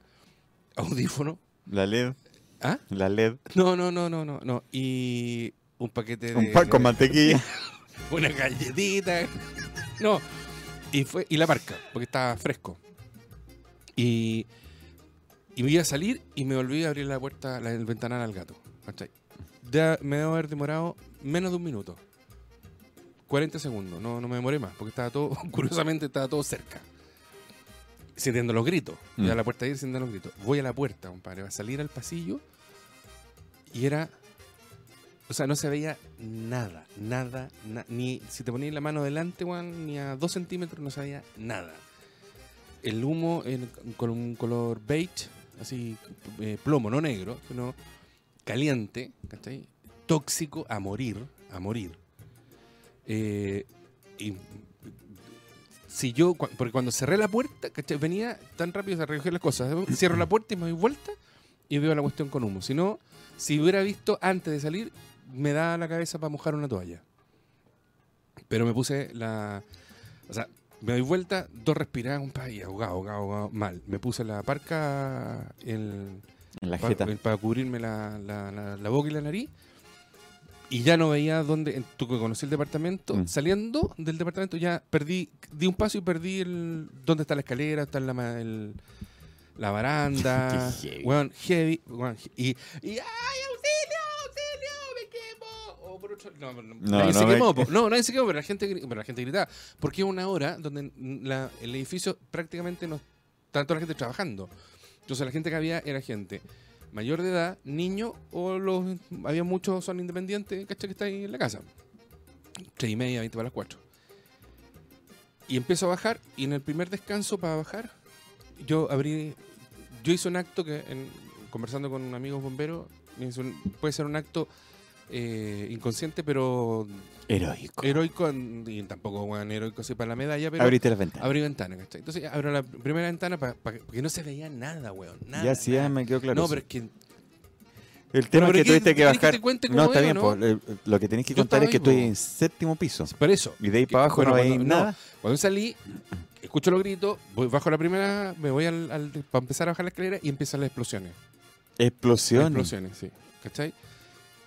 audífono.
La LED.
¿Ah?
La LED.
No, no, no, no, no, no. Y un paquete de.
Un pan con mantequilla.
Una galletita. No. Y fue. Y la marca, porque estaba fresco. Y. Y me iba a salir y me volví a abrir la puerta, la, el ventanal al gato. ¿cachai? Ya me debo haber demorado menos de un minuto. 40 segundos. No, no me demoré más, porque estaba todo, curiosamente estaba todo cerca. Sintiendo los gritos.
Mm.
Y a la puerta ir sintiendo los gritos. Voy a la puerta, compadre. Va a salir al pasillo. Y era. O sea, no se veía nada, nada, na- ni si te ponías la mano delante, Juan, ni a dos centímetros no se veía nada. El humo en- con un color beige, así eh, plomo, no negro, sino caliente, ¿cachai? Tóxico a morir, a morir. Eh, y si yo, cua- porque cuando cerré la puerta, ¿cachai? Venía tan rápido se recoger las cosas. Cierro la puerta y me doy vuelta y veo la cuestión con humo. Si no, si hubiera visto antes de salir, me da la cabeza para mojar una toalla. Pero me puse la. O sea, me doy vuelta, dos respiradas, un país, ahogado, ahogado, ahogado, mal. Me puse la parca el,
En la
para,
jeta.
cubrirme la, la- la- la boca y la nariz. Y ya no veía dónde. en- Tú que conocí el departamento.
Mm.
Saliendo del departamento ya perdí. Di un paso y perdí el. ¿Dónde está la escalera? ¿Está la, ma- el- la baranda?
Qué heavy.
Weón, heavy. weón, y, y. ¡Ay, auxilio! ¡Auxilio! ¡Me quemo! O por otro- no, no, nadie
no
se
me-
quemó. po. No, nadie se quemó, pero la gente, gri- pero la gente gritaba. Porque es una hora donde la- el edificio prácticamente no está toda la gente trabajando. Entonces la gente que había era gente mayor de edad, niño o los... Había muchos son independientes, ¿cachai? Que está ahí en la casa. Tres y media, 20 para las 4. Y empiezo a bajar y en el primer descanso para bajar, yo abrí... Yo hice un acto que, en- conversando con un amigo bombero, me hizo un- puede ser un acto eh, inconsciente, pero
Heroico.
heroico, en- y tampoco weón, heroico así para la medalla, pero
Abriste las ventanas.
abrí ventana, ¿cachai? Entonces ya abro la primera ventana para que no se veía nada, weón. Nada,
ya sí,
nada.
ya me quedó claro.
No,
eso.
pero es que
el tema es que
no, pero ¿qué-
tuviste que
querés que te
bajar.
cuente cómo
no, está
era,
bien,
no?
po, eh, lo que tenés que
Yo
contar es
estaba
que
ahí, po.
estoy en séptimo piso.
por eso.
Y de ahí
Que-
para abajo
bueno,
no hay
cuando- no.
nada.
Cuando salí, escucho los gritos, voy, bajo la primera, me voy al, para empezar a bajar la escalera y empiezan las explosiones. Las
Explosión.
explosiones, sí. ¿Cachai?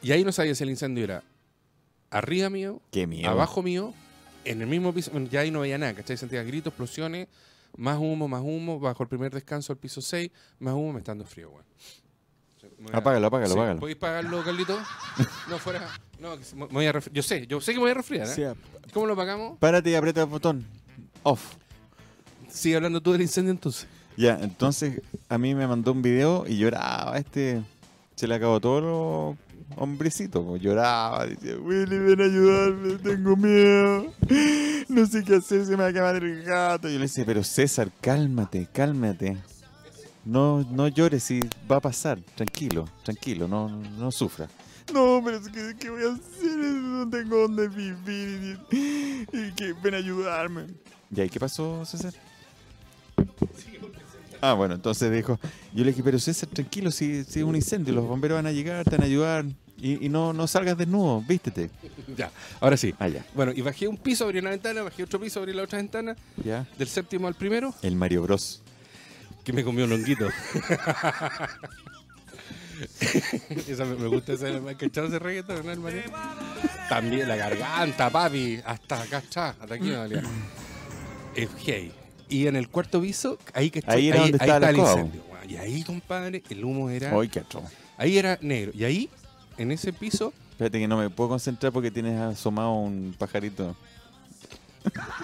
Y ahí no sabía si el incendio era arriba mío,
Qué miedo.
abajo mío, en el mismo piso. bueno, ya ahí no veía nada, ¿cachai? Sentía gritos, explosiones, más humo, más humo, bajo el primer descanso al piso 6, más humo, me está dando frío, weón. Me voy a-
Apágalo, apágalo,
Sí,
apágalo.
¿Podéis pagarlo, Carlito? No, fuera. No, que se- me voy a resfri- Yo sé, yo sé que me voy a resfriar. ¿eh?
Sí, ap-
¿Cómo lo pagamos?
párate y aprieta el botón. Off.
Sigue hablando tú del incendio entonces.
Ya, entonces a mí me mandó un video y lloraba. Este se le acabó todo lo hombrecito. po, Lloraba. Dice, Willy, ven a ayudarme, tengo miedo. No sé qué hacer, se me va a quemar el gato. Yo le decía, pero César, cálmate, cálmate. No, no llores si va a pasar. Tranquilo, tranquilo, no, no sufra. No, pero es que, ¿qué voy a hacer? No tengo dónde vivir. Y, y que ven a ayudarme. ¿Y ahí qué pasó, César? Ah, bueno, entonces dijo, yo le dije, pero César, tranquilo, si, si es un incendio, los bomberos van a llegar, te van a ayudar, y, y no, no salgas desnudo, vístete.
Ya, ahora sí.
Ah, ya.
Bueno, y bajé un piso, abrí una ventana, bajé otro piso, abrí la otra ventana,
Ya.
del séptimo al primero,
El Mario Bros.
que me comió un honguito. esa me, me gusta esa, ¿me ¿cacharon ese reggaetón, no, hermano? También la garganta, papi, hasta acá está, hasta aquí me dolía. Es gay. Y en el cuarto piso, ahí que
Ahí era donde estaba la
el
escoba,
incendio, weón. Y ahí, compadre, el humo era...
Ay, qué atroz.
Ahí era negro. Y ahí, en ese piso,
Espérate que no me puedo concentrar porque tienes asomado un pajarito.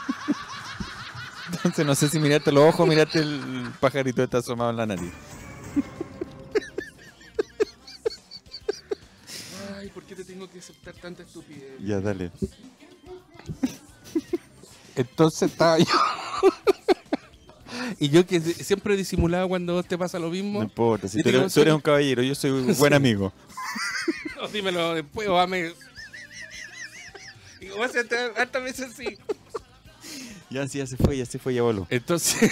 Entonces no sé si mirarte los ojos o mirarte el pajarito que está asomado en la nariz.
Ay, ¿por qué te tengo que aceptar tanta estupidez?
Ya, dale.
Entonces estaba yo. y yo que siempre disimulaba cuando te pasa lo
No
mismo.
importa, si tú
Yo te digo,
eres, tú eres
soy-
un caballero, yo soy un buen
Sí.
amigo.
No, dímelo después, o dame. Y como hace hasta hasta veces así.
Ya, sí, ya se fue, ya se fue, ya voló.
Entonces.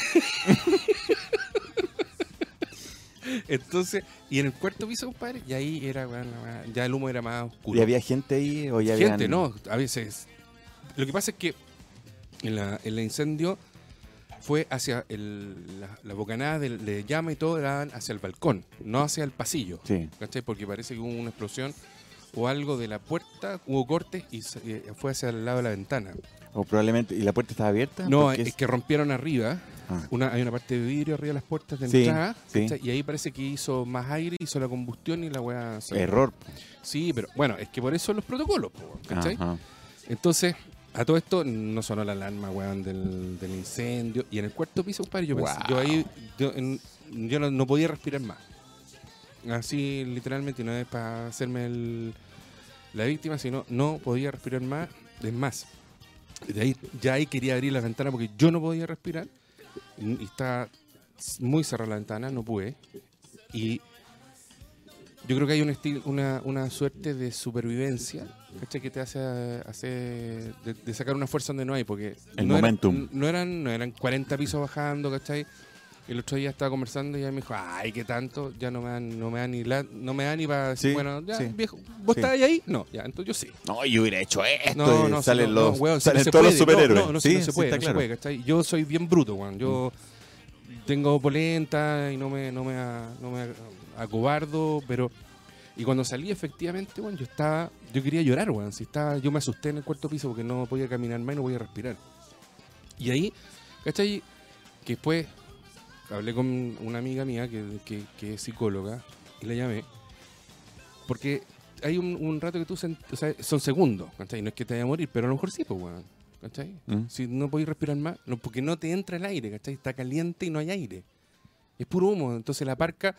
Entonces, y en el cuarto piso, compadre, y ahí era, bueno, ya el humo era más oscuro.
¿Y había gente ahí o ya había
gente, no, a veces. Lo que pasa es que en la- el incendio fue hacia el, la, la bocanada de, de llama y todo daban hacia el balcón, no hacia el pasillo.
Sí.
¿Cachai? Porque parece que hubo una explosión o algo de la puerta, hubo cortes y se- eh, fue hacia el lado de la ventana.
O probablemente. ¿Y la puerta estaba abierta?
No,
Ah, Porque
es que rompieron arriba.
Ah.
Una, hay una parte de vidrio arriba de las puertas de
Sí,
entrada.
sí.
¿cachai? Y ahí parece que hizo más aire, hizo la combustión y la weá. se-
Error.
Sí, pero bueno, es que por eso los protocolos, po, ¿cachai?
Ajá.
Entonces, a todo esto no sonó la alarma, weón, del, del incendio. Y en el cuarto piso, compadre, yo, pensé-
Wow.
yo ahí yo, en- yo no, no podía respirar más. Así, literalmente, no es para hacerme el- la víctima, sino no podía respirar más. Es más, de ahí, ya ahí quería abrir la ventana porque yo no podía respirar. Y y estaba muy cerrada la ventana, no pude. Y yo creo que hay un estil- una, una suerte de supervivencia ¿cachai? que te hace, hace de, de sacar una fuerza donde no hay, porque
El
no, era-
momentum.
no eran, no eran 40 pisos bajando, ¿cachai? El otro día estaba conversando y ella me dijo, ay, qué tanto, ya no me dan, no me dan ni la, no me dan ni para
Sí,
bueno, ya,
sí.
viejo, ¿vos
Sí.
estáis ahí? No, ya, entonces yo sí.
No, yo hubiera hecho esto.
No,
y
no, si
salen
no,
los,
no, weón, si no
salen
se
todos los
puede, no,
superhéroes.
No, no, si
sí,
no se
sí,
puede,
está
no se
claro.
puede, ¿cachai? Yo soy bien bruto, weón. Yo tengo polenta y no me, no me, a- no me a- acobardo, pero. Y cuando salí, efectivamente, weón, yo estaba. Yo quería llorar, weón. Si estaba, yo me asusté en el cuarto piso porque no podía caminar más y no podía respirar. Y ahí, ¿cachai? Que después hablé con una amiga mía que, que- que es psicóloga y la llamé. Porque hay un, un rato que tú. sent- o sea, son segundos, ¿cachai? No es que te vaya a morir, pero a lo mejor sí, pues, weón. ¿Cachai?
Mm.
Si no podéis respirar más, no, porque no te entra el aire, ¿cachai? Está caliente y no hay aire. Es puro humo. Entonces la parca,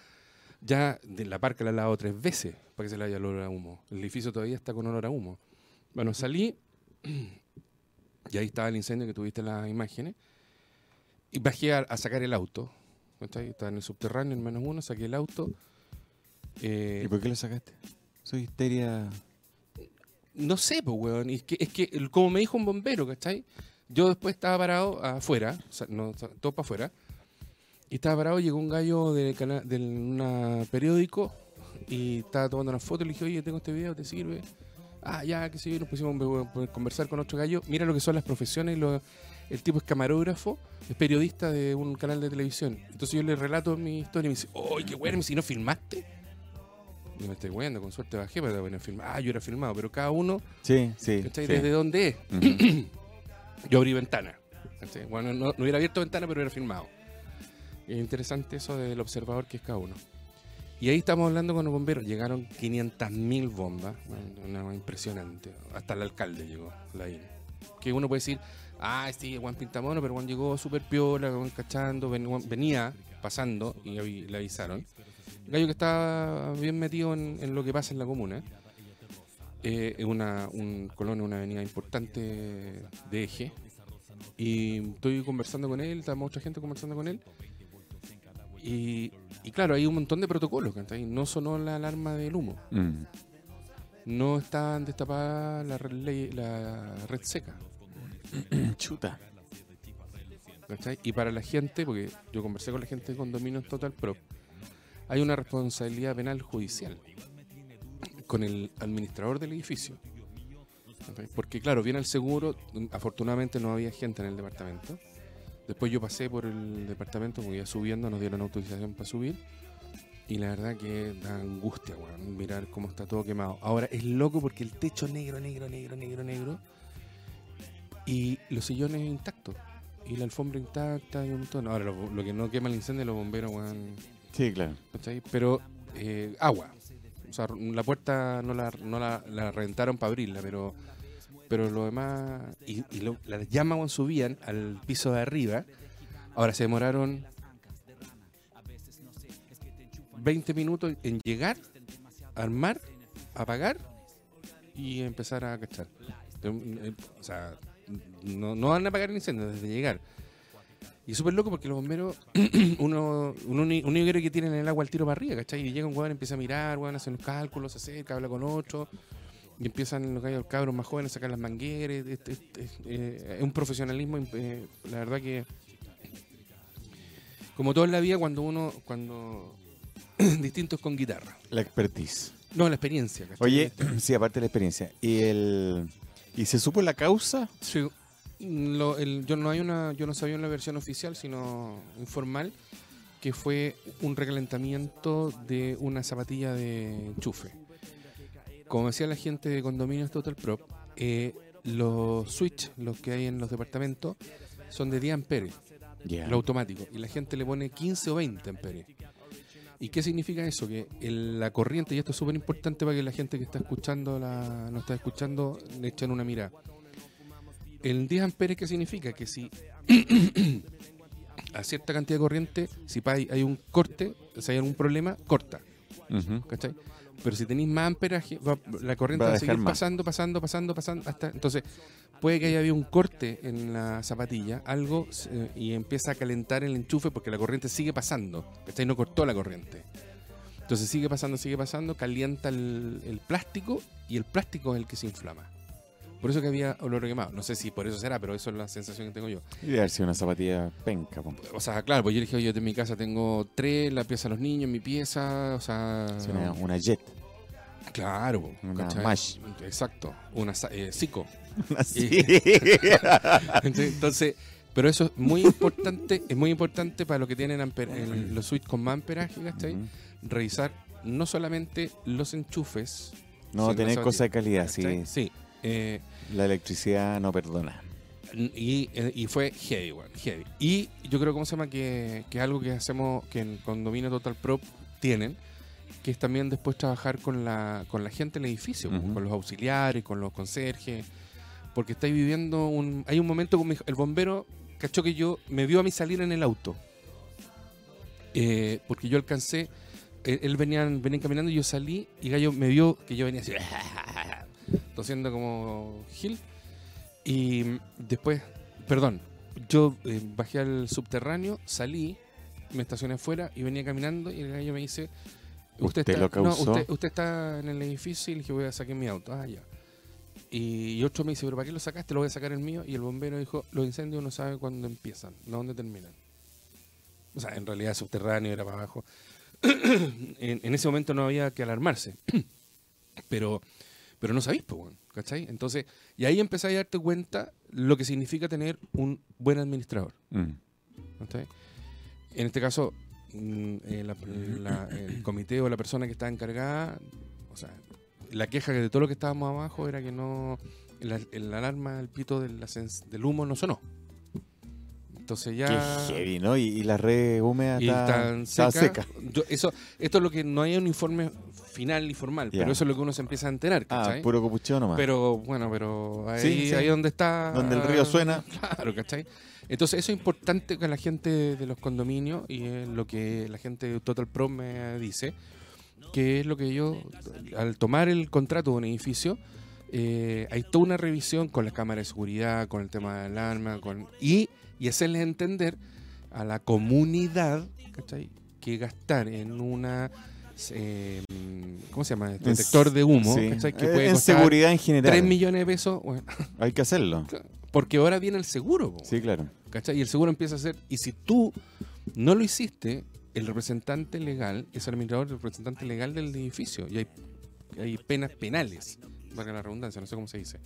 ya de la parca la he lavado tres veces para que se le haya olor a humo. El edificio todavía está con olor a humo. Bueno, salí y ahí estaba el incendio que tuviste en las imágenes. Y bajé a, a sacar el auto. ¿cachai? Estaba en el subterráneo, en menos uno, saqué el auto. Eh,
¿Y por qué lo sacaste? Soy histeria.
no sé, pues, weón. y Es que, es que, el- como me dijo un bombero, ¿cachai? Yo después estaba parado afuera, o sea, no, o sea, todo para afuera. Y estaba parado, llegó un gallo de, cana- de un periódico y estaba tomando una foto. Le dije, oye, tengo este video, ¿te sirve? Ah, ya, qué sé yo. y Nos pusimos a a conversar con otro gallo. Mira lo que son las profesiones. lo- el tipo es camarógrafo, es periodista de un canal de televisión. Entonces yo le relato mi historia y me dice, ¡ay, qué weón! Y me dice, ¿y no filmaste? Y me estoy weando, con suerte bajé para bueno, filmar. Ah, yo era filmado, pero cada uno
Sí, sí.
¿Cachai?
sí.
¿Desde dónde es?
Ujú.
Yo abrí ventana. ¿cachai? Bueno, no, no hubiera abierto ventana, pero hubiera filmado. Es interesante eso del observador que es cada uno. Y ahí estamos hablando con los bomberos. Llegaron 500.000 bombas. Bueno, Una cosa impresionante. Hasta el alcalde llegó, la INE. Que uno puede decir, ah, sí, Juan Pintamono, pero Juan llegó súper piola, Juan cachando, ven- Juan venía pasando y avi- le avisaron. Gallo que estaba bien metido en, en lo que pasa en la comuna. Eh, es una, un colón, una avenida importante de eje. Y estoy conversando con él, estamos otra gente conversando con él. Y, y claro, hay un montón de protocolos, ¿cachai? No sonó la alarma del humo.
Mm.
No estaban destapadas la, red ley- la red seca.
Chuta.
¿cachai? Y para la gente, porque yo conversé con la gente de Condominios Total Pro, hay una responsabilidad penal judicial con el administrador del edificio. ¿cachai? Porque claro, viene el seguro, afortunadamente no había gente en el departamento. Después yo pasé por el departamento, porque iba subiendo, nos dieron autorización para subir. Y la verdad que da angustia, weón, mirar cómo está todo quemado. Ahora es loco porque el techo negro, negro, negro, negro, negro. Y los sillones intactos. Y la alfombra intacta y un montón. Ahora, lo, lo que no quema el incendio, los bomberos, weón.
Sí, claro.
¿cachai? Pero eh, agua. O sea, la puerta no la, no la, la reventaron para abrirla, pero pero lo demás. Y, y lo- las llamas weón, subían al piso de arriba. Ahora se demoraron 20 minutos en llegar, armar, apagar y empezar a cachar. Eh, O sea, no, no van a apagar el incendio desde llegar. Y es súper loco porque los bomberos uno, uno, ni- uno yo creo que tienen el agua al tiro para arriba, ¿cachai? Y llega un weón, empieza a mirar, weón, hace los cálculos, se acerca, habla con otro. Y empiezan los gallos cabros más jóvenes a sacar las mangueras. Es, es- es- eh, es un profesionalismo, eh, la verdad que. Como todo en la vida, cuando uno. cuando Distintos con guitarra.
La expertise.
No, la experiencia, ¿cachai?
Oye, sí, aparte de la experiencia. ¿Y el y se supo la causa?
Sí. mm, Lo- el- yo no hay una, yo no sabía una versión oficial, sino informal, que fue un recalentamiento de una zapatilla de enchufe. Como decía la gente de condominios Total Prop, eh, los switch, los que hay en los departamentos, son de 10 amperes,
Ya.
lo automático, y la gente le pone 15 o 20 amperes. ¿Y qué significa eso? Que el- la corriente, y esto es súper importante para que la gente que está escuchando, la, nos está escuchando, le echen una mirada. El 10 amperes, ¿qué significa? Que si a cierta cantidad de corriente, si pa- hay, hay un corte, si hay algún problema, corta,
Ujú.
¿cachai? Pero si tenéis más amperaje, va- la corriente
Va a
va, a
dejar
seguir
más.
pasando, pasando, pasando, pasando, hasta... Entonces, puede que haya habido un corte en la zapatilla, algo, eh, y empieza a calentar el enchufe porque la corriente sigue pasando, ¿cachai? No cortó la corriente. Entonces sigue pasando, sigue pasando, calienta el, el plástico y el plástico es el que se inflama. Por eso que había olor a quemado. No sé si por eso será, pero eso es la sensación que tengo yo.
Y debe haber sido una zapatilla penca, po.
O sea, claro, pues yo le dije, oye, yo en mi casa tengo tres, la pieza de los niños, mi pieza, o sea...
Sí, una, una jet.
Claro,
Una
¿cachai?
mash.
Exacto, una sa- eh, psico.
Así.
Entonces, pero eso es muy importante, es muy importante para los que tienen amper- el- los switch con más amperaje, ¿cachai?
Ujú.
Revisar no solamente los enchufes.
No,
Sí,
tener
no se
cosas de calidad, sí.
¿cachai? Sí. eh,
La electricidad no perdona.
y, eh, y fue heavy, weón, heavy. Y yo creo, ¿cómo se llama? Que, que es algo que hacemos, que en Condominio Total Prop tienen, que es también después trabajar con la, con la gente en el edificio, pues,
Ujú.
con los auxiliares, con los conserjes, porque estáis viviendo un... Hay un momento como el bombero cachó que yo me vio a mí salir en el auto, eh, porque yo alcancé, él, él venía, venía caminando y yo salí y Gallo me vio que yo venía así, tosiendo como Gil. Y mm, después, perdón, yo eh, bajé al subterráneo, salí, me estacioné afuera y venía caminando y el gallo me dice,
Usted
usted, está,
lo
no,
causó.
usted, usted está en el edificio y le dije, voy a sacar mi auto. Ah, ya. Y, y otro me dice, pero ¿para qué lo sacaste? Lo voy a sacar el mío. Y el bombero dijo, los incendios no saben cuándo empiezan, no dónde terminan. O sea, en realidad subterráneo era para abajo. en, en ese momento no había que alarmarse. pero, pero no sabéis, pues, weón, ¿cachai? Entonces, y ahí empezáis a darte cuenta lo que significa tener un buen administrador.
Mm.
¿cachai? En este caso, mm, eh, la- la- el comité o la persona que está encargada, o sea, la queja de todo lo que estábamos abajo era que no. La, el alarma, el pito del, ascens- del humo no sonó. Entonces ya.
Qué heavy, ¿no? Y, y la red húmeda
Y
está,
tan
está
seca.
seca.
Yo- eso, esto es lo que no hay un informe final y formal,
Ya.
pero eso es lo que uno se empieza a enterar.
Ah,
¿cachai?
puro copucheo nomás.
Pero ah, bueno, pero ahí,
Sí, sí.
ahí donde está.
Donde el río suena.
Claro, ¿cachai? Entonces, eso es importante que la gente de los condominios y es lo que la gente de Total Pro me dice, que es lo que yo, al tomar el contrato de un edificio, eh, hay toda una revisión con las cámaras de seguridad, con el tema de alarma, con, y, y hacerles entender a la comunidad, ¿cachai? Que gastar en una. eh, ¿Cómo se llama? Detector de humo,
Sí.
¿cachai? Que
Eh,
puede
en
costar
seguridad en general.
3 millones de pesos, bueno,
Hay que hacerlo.
porque ahora viene el seguro, po,
Sí, claro.
¿cachai? Y el seguro empieza a ser, y si tú no lo hiciste, el representante legal es el administrador, el representante legal del edificio, y hay, hay penas penales, valga la redundancia, no sé cómo se dice.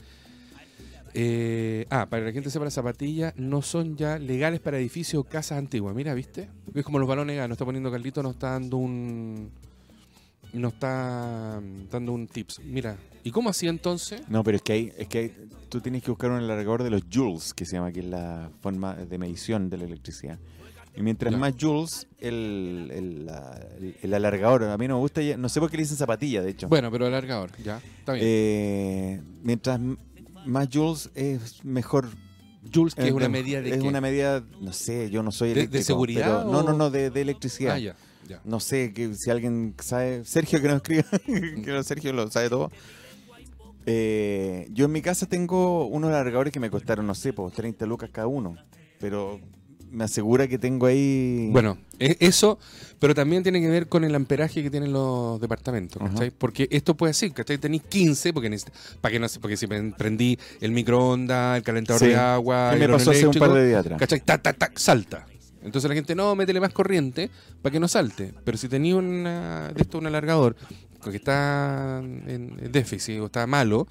Eh, ah, para que la gente sepa, las zapatillas no son ya legales para edificios o casas antiguas. Mira, ¿viste? Es como los balones, ah, no está poniendo Carlito, no está dando un... No está mm, dando un tips. Mira, ¿y cómo hacía entonces?
No, pero es que hay, es que hay- tú tienes que buscar un alargador de los joules, que se llama, que es la forma de medición de la electricidad. Y mientras
Ya.
más joules, el, el, la- el- el alargador, a mí no me gusta, ya- no sé por qué le dicen zapatilla, de hecho.
Bueno, pero alargador, ya. Está bien.
Eh, mientras m- más joules es mejor.
Jules, que es
Eh,
una
eh,
medida de
Es
qué?
una medida, no sé, yo no soy
¿De- de
eléctrico,
seguridad
pero- No, no,
o-
no, de, de electricidad.
Ah, ya, ya.
No sé que, si alguien sabe. Sergio que nos escriba.
Mm.
que Sergio lo sabe todo. Eh, yo en mi casa tengo unos alargadores que me costaron, no sé, pues 30 lucas cada uno. Pero me asegura que tengo ahí.
Bueno, e- eso, pero también tiene que ver con el amperaje que tienen los departamentos,
Ajá.
¿cachai? Porque esto puede ser, ¿cachai? Tenéis 15, porque, necesita- para que no, se- porque si pen- prendí el microondas, el calentador
Sí.
de agua,
¿Qué
el
me pasó hace un
eléctrico,
par de días atrás?
¿Cachai? Tac, tac, tac, salta. Entonces la gente, no, métele más corriente para que no salte. Pero si tenía una, de esto un alargador que está en en déficit o está malo,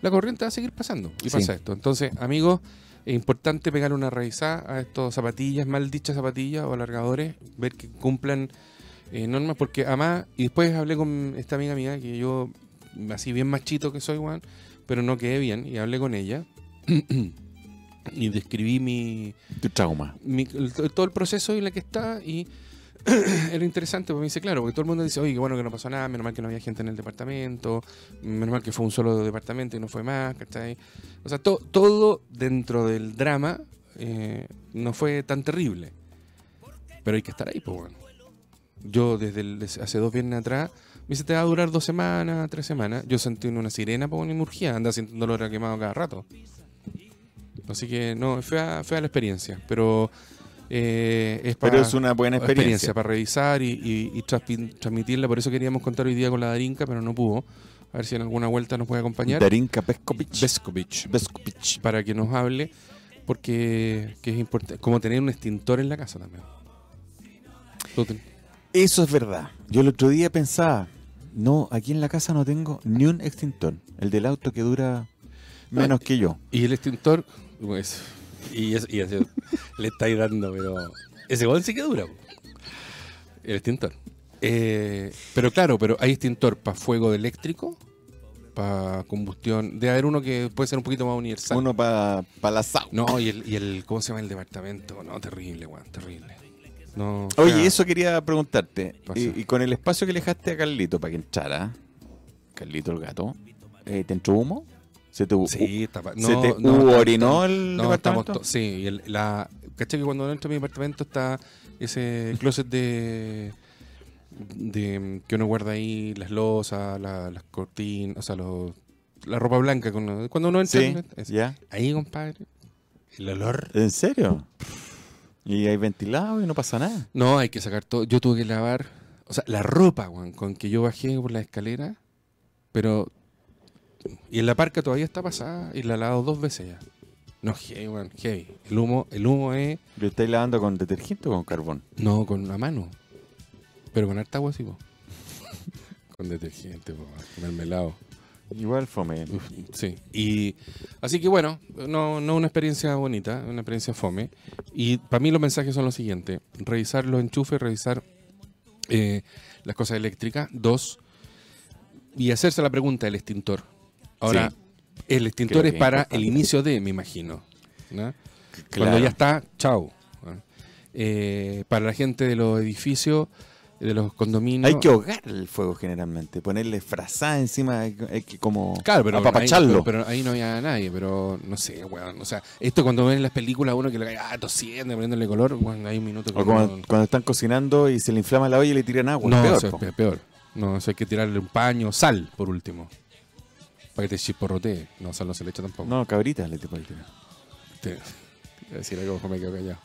la corriente va a seguir pasando. Y
Sí.
pasa esto. Entonces, amigos, es importante pegar una revisada a estos zapatillas, mal dichas zapatillas o alargadores, ver que cumplan eh, normas, porque además, y después hablé con esta amiga mía, que yo, así bien machito que soy, Juan, pero no quedé bien, y hablé con ella. y describí mi,
Tu trauma.
mi- el- todo el proceso en la que está y era interesante porque me dice, claro, porque todo el mundo dice, oye, qué bueno que no pasó nada, menos mal que no había gente en el departamento, menos mal que fue un solo departamento y no fue más, ¿cachai? O sea, to- todo dentro del drama eh, no fue tan terrible. Pero hay que estar ahí, pues bueno. Yo desde el- desde hace dos viernes atrás, me dice, te va a durar dos semanas, tres semanas. Yo sentí una sirena, pues bueno, y me urgía, anda sintiendo dolor a quemado cada rato. Así que no, fea, fea la experiencia, pero eh, es para
Pero es una buena experiencia.
para revisar y, y- y transpi- transmitirla. Por eso queríamos contar hoy día con la Darinka, pero no pudo. A ver si en alguna vuelta nos puede acompañar.
Darinka Peskovic.
Vescovich.
Peskovic.
Para que nos hable, porque que es importante. Como tener un extintor en la casa también. Tú ten-
Eso es verdad. Yo el otro día pensaba, no, aquí en la casa no tengo ni un extintor. El del auto que dura menos que yo.
Y el extintor, pues, y, es- y es- le estáis dando, pero ese gol sí que dura. po. El extintor. Eh, pero claro, pero hay extintor para fuego eléctrico, para combustión. Debe haber uno que puede ser un poquito más universal.
Uno para la SAU.
No, y el, y el, ¿cómo se llama el departamento? No, terrible, weón, terrible. No,
Oye,
caga.
eso quería preguntarte.
Pasa.
Y, y con el espacio que le dejaste a Carlito para que entrara, Carlito el gato, eh, ¿te entró humo? ¿Se te,
Sí, está pa-
uh, ¿se
no,
te
no,
urinó el
No, estamos
departamento?
to- Sí, y el- la. ¿Cachai que cuando entro a mi departamento está ese closet de. de que uno guarda ahí las losas, la- las cortinas, o sea, los- la ropa blanca. Cuando, cuando uno entra.
Sí,
es-
ya.
Ahí, compadre. El olor.
¿En serio? Y hay ventilado y no pasa nada.
No, hay que sacar todo. Yo tuve que lavar. O sea, la ropa, weón, con que yo bajé por la escalera. Pero. Y en la parca todavía está pasada y la he lavado dos veces ya. No, heavy, weón, heavy. El humo, el humo es.
¿Lo estáis lavando con detergente o con carbón?
No, con una mano. Pero con harta agua sí, po. con detergente, po, con mermelado.
Igual fome.
Uf, sí. Y así que bueno, no, no una experiencia bonita, una experiencia fome. Y para mí los mensajes son los siguientes: revisar los enchufes, revisar eh, las cosas eléctricas. Dos, y hacerse la pregunta del extintor. Ahora,
Sí.
el
Creo
extintor
que
es
es
para el
importante.
inicio de, me imagino. ¿no? Cuando ya está, chao. Eh, para la gente de los edificios, de los condominios.
Hay que ahogar el fuego generalmente, ponerle frazada encima, hay que- hay que como
Claro, pero
apapacharlo.
Ahí, pero ahí no había nadie, pero no sé, weón. O sea, esto cuando ven en las películas uno que le cae ah, tosiendo, poniéndole color, weón, hay un minuto que
o como
no-
cuando están cocinando y se le inflama la olla y le tiran agua.
no,
peor,
eso
po.
es peor. No, eso hay que tirarle un paño, sal, por último. Para que te chisporrotee. No, sal no se le echa tampoco.
no cabritas le tipo ahí tiran.
Te- te iba a decir algo, mejor me quedo callado.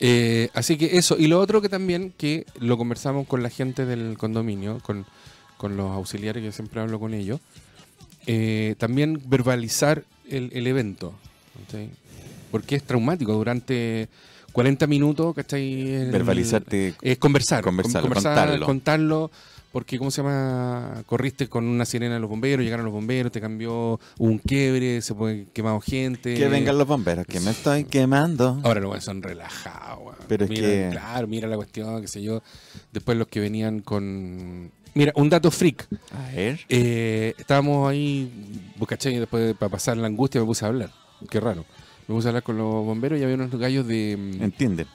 Eh, así que eso. Y lo otro que también, que lo conversamos con la gente del condominio, con, con los auxiliares que siempre hablo con ellos, eh, también verbalizar el, el evento. ¿cachai? Porque es traumático. Durante 40 minutos, ¿cachai? El- eh,
Verbalizarte.
es conversar,
Conversarlo,
con- conversar,
contarlo.
contarlo. porque ¿cómo se llama? Corriste con una sirena de los bomberos, llegaron los bomberos, te cambió hubo un quiebre, se fue quemado gente.
que vengan los bomberos, que me estoy quemando.
Ahora los weones son relajados, weón.
Pero es
Mira,
que-
Claro, mira la cuestión, qué sé yo. Después los que venían con... Mira, un dato freak.
A ver.
Eh, estábamos ahí, vos cachai, después de- para pasar la angustia me puse a hablar. Qué raro. Me puse a hablar con los bomberos y había unos gallos de... mm,
Entienden.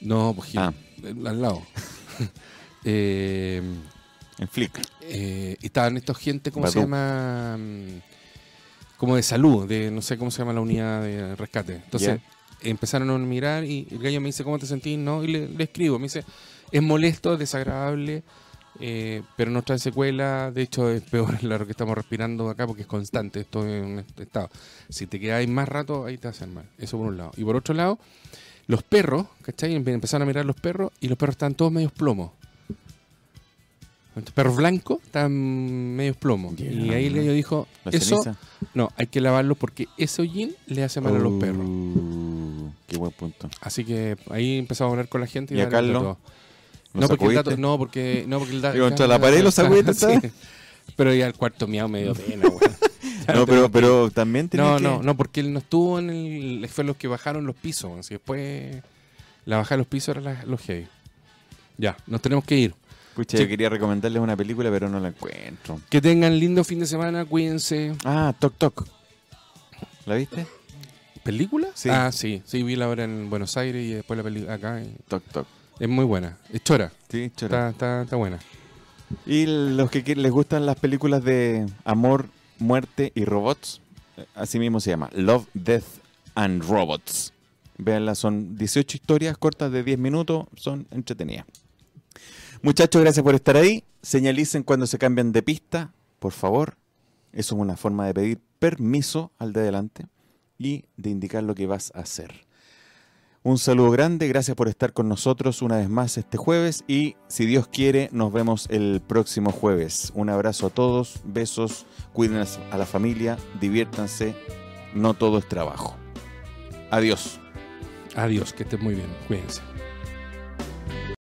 No, pues Gil,
Ah.
al lado. eh,
En flick.
eh, y estaban estos gente, ¿cómo se
Badú.
llama? Mm, Como de salud, de no sé cómo se llama la unidad de rescate. Entonces empezaron a mirar y el gallo me dice, ¿cómo te sentís? No, y le, le escribo, me dice, es molesto, es desagradable, eh, pero no trae secuela, de hecho es peor lo que estamos respirando acá porque es constante, esto es un est- estado. Si te quedáis más rato, ahí te hacen mal. Eso por un lado. Y por otro lado, los perros, ¿cachai? Empe- Empezaron a mirar los perros y los perros estaban todos medios plomos. Los perros blancos estaban medios plomos.
Ya.
Y ahí el gallo dijo,
La
eso,
ceniza.
no, hay que lavarlo porque ese hollín le hace mal a
Oh.
los perros.
Uh, Qué buen punto.
Así que ahí empezamos a hablar con la gente.
¿Y a
darle
Carlos?
todo.
¿Lo
No porque, el
sacudiste?
dato, no, porque no, porque el dato.
Digo, entre la pared y lo sacudiste, ¿sabes?
Pero ya el cuarto miau me dio pena, weón.
No, pero, pero también tenés
No,
que-
no, no, porque él no estuvo en el. Fue los que bajaron los pisos. weón. Si después la bajada de los pisos era la- los heavy. Ya, nos tenemos que ir.
Pucha,
Sí.
yo quería recomendarles una película, pero no la encuentro.
Que tengan lindo fin de semana, cuídense.
Ah, Toc Toc. ¿La viste?
¿Película?
Sí.
Ah, sí, sí, vi la hora en Buenos Aires y después la película acá. y
Toc Toc.
Es muy buena. Es chora.
Sí, choro.
Está, está, está buena.
Y los que qui- les gustan las películas de amor, muerte y robots, eh, así mismo se llama Love, Death and Robots. Veanlas, son 18 historias cortas de 10 minutos, son entretenidas. Muchachos, gracias por estar ahí. Señalicen cuando se cambian de pista, por favor. Eso es una forma de pedir permiso al de adelante y de indicar lo que vas a hacer. Un saludo grande, gracias por estar con nosotros una vez más este jueves y si Dios quiere nos vemos el próximo jueves. Un abrazo a todos, besos, cuiden a s- a la familia, diviértanse, no todo es trabajo. Adiós.
Adiós, que estés muy bien. Cuídense.